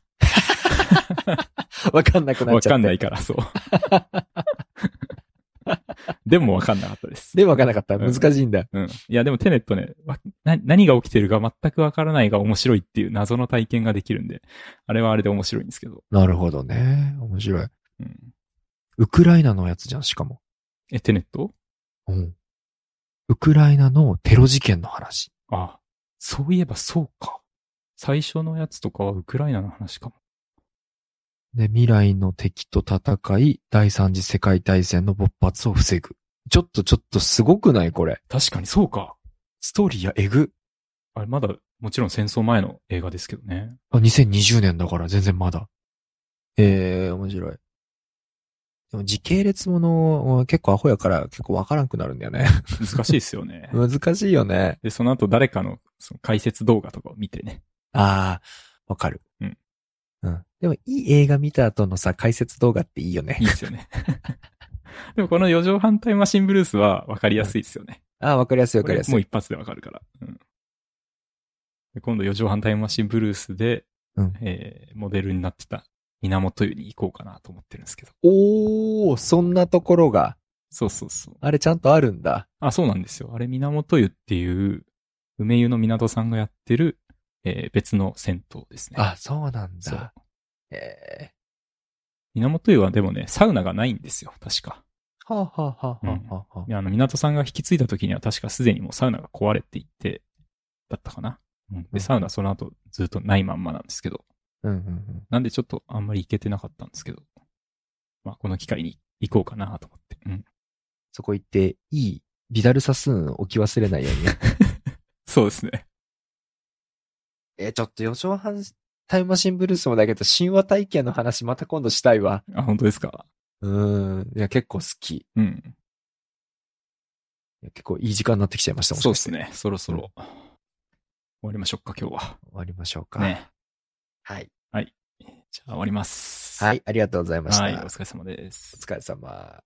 [SPEAKER 2] わかんなくなっ
[SPEAKER 1] わ
[SPEAKER 2] ちゃった。。
[SPEAKER 1] かんないいから、そう。 でもわかんなかったです。
[SPEAKER 2] で、わかんなかった。難しいんだ。
[SPEAKER 1] うん。いや、でもテネットね、わな何が起きてるか全くわからないが面白いっていう謎の体験ができるんで、あれはあれで面白いんですけど。
[SPEAKER 2] なるほどね。面白い。
[SPEAKER 1] うん、
[SPEAKER 2] ウクライナのやつじゃん、しかも。
[SPEAKER 1] え、テネット
[SPEAKER 2] うん。ウクライナのテロ事件の話。
[SPEAKER 1] あ、そういえばそうか。最初のやつとかはウクライナの話かも。
[SPEAKER 2] で、未来の敵と戦い、第三次世界大戦の勃発を防ぐ。ちょっとちょっとすごくないこれ。
[SPEAKER 1] 確かにそうか。
[SPEAKER 2] ストーリーやえぐ。
[SPEAKER 1] あれ、まだ、もちろん戦争前の映画ですけどね。
[SPEAKER 2] あ、2020年だから全然まだ。ええ面白い。でも時系列もの、うん結構アホやから結構わからんくなるんだよね。。
[SPEAKER 1] 難しいですよね
[SPEAKER 2] 難しいよね。
[SPEAKER 1] で、その後誰かのその解説動画とかを見てね。
[SPEAKER 2] ああ、わかる。
[SPEAKER 1] うん。
[SPEAKER 2] うん。でもいい映画見た後のさ、解説動画っていいよね
[SPEAKER 1] いい。ですよね。 でもこの四畳半タイムマシンブルースは分かりやすいですよね。
[SPEAKER 2] ああ、わかりやすいわ
[SPEAKER 1] こ
[SPEAKER 2] かり
[SPEAKER 1] れ
[SPEAKER 2] やす
[SPEAKER 1] もう
[SPEAKER 2] い。
[SPEAKER 1] 一発で分かるから。うん、で今度四畳半タイムマシンブルースで、
[SPEAKER 2] うん
[SPEAKER 1] えーモデルになってた源湯に行こうかなと思ってるんですけど。
[SPEAKER 2] おー、そんなところが、
[SPEAKER 1] そうそうそう。
[SPEAKER 2] あれちゃんとあるんだ。
[SPEAKER 1] あ、そうなんですよ。あれ、源湯っていう、梅湯の港さんがやってる、えー別の銭湯ですね。
[SPEAKER 2] あ、そうなん
[SPEAKER 1] そう
[SPEAKER 2] だ。。ええ
[SPEAKER 1] 源湯はでもね、サウナがないんですよ、確か。
[SPEAKER 2] はあ、はあはあはあはあはあ
[SPEAKER 1] いやあの、港さんが引き継いだ時には確かすでにもうサウナが壊れていて、だったかな。うん
[SPEAKER 2] うん
[SPEAKER 1] で、サウナその後ずっとないまんまなんですけど、
[SPEAKER 2] うんうんうん。
[SPEAKER 1] なんでちょっとあんまり行けてなかったんですけど、まあ、この機会に行こうかなと思って。うん。
[SPEAKER 2] そこ行って、いい、ビダルサスーン置き忘れないようにね。
[SPEAKER 1] そうですね。
[SPEAKER 2] えー、ちょっと四畳半タイムマシンブルースもだけど、神話体験の話また今度したいわ。
[SPEAKER 1] あ、本当ですか。
[SPEAKER 2] うーん。いや、結構好き。い
[SPEAKER 1] うん。
[SPEAKER 2] や結構いい時間になってきちゃいましたもん
[SPEAKER 1] そうです。ね。そろそろ、終わりましょうか、今日は。
[SPEAKER 2] 終わりましょうか。
[SPEAKER 1] ね。
[SPEAKER 2] はい。
[SPEAKER 1] じゃあ、終わります。
[SPEAKER 2] はい。ありがとうございました。
[SPEAKER 1] はい、お
[SPEAKER 2] お
[SPEAKER 1] 疲れ様です。
[SPEAKER 2] 疲れ様。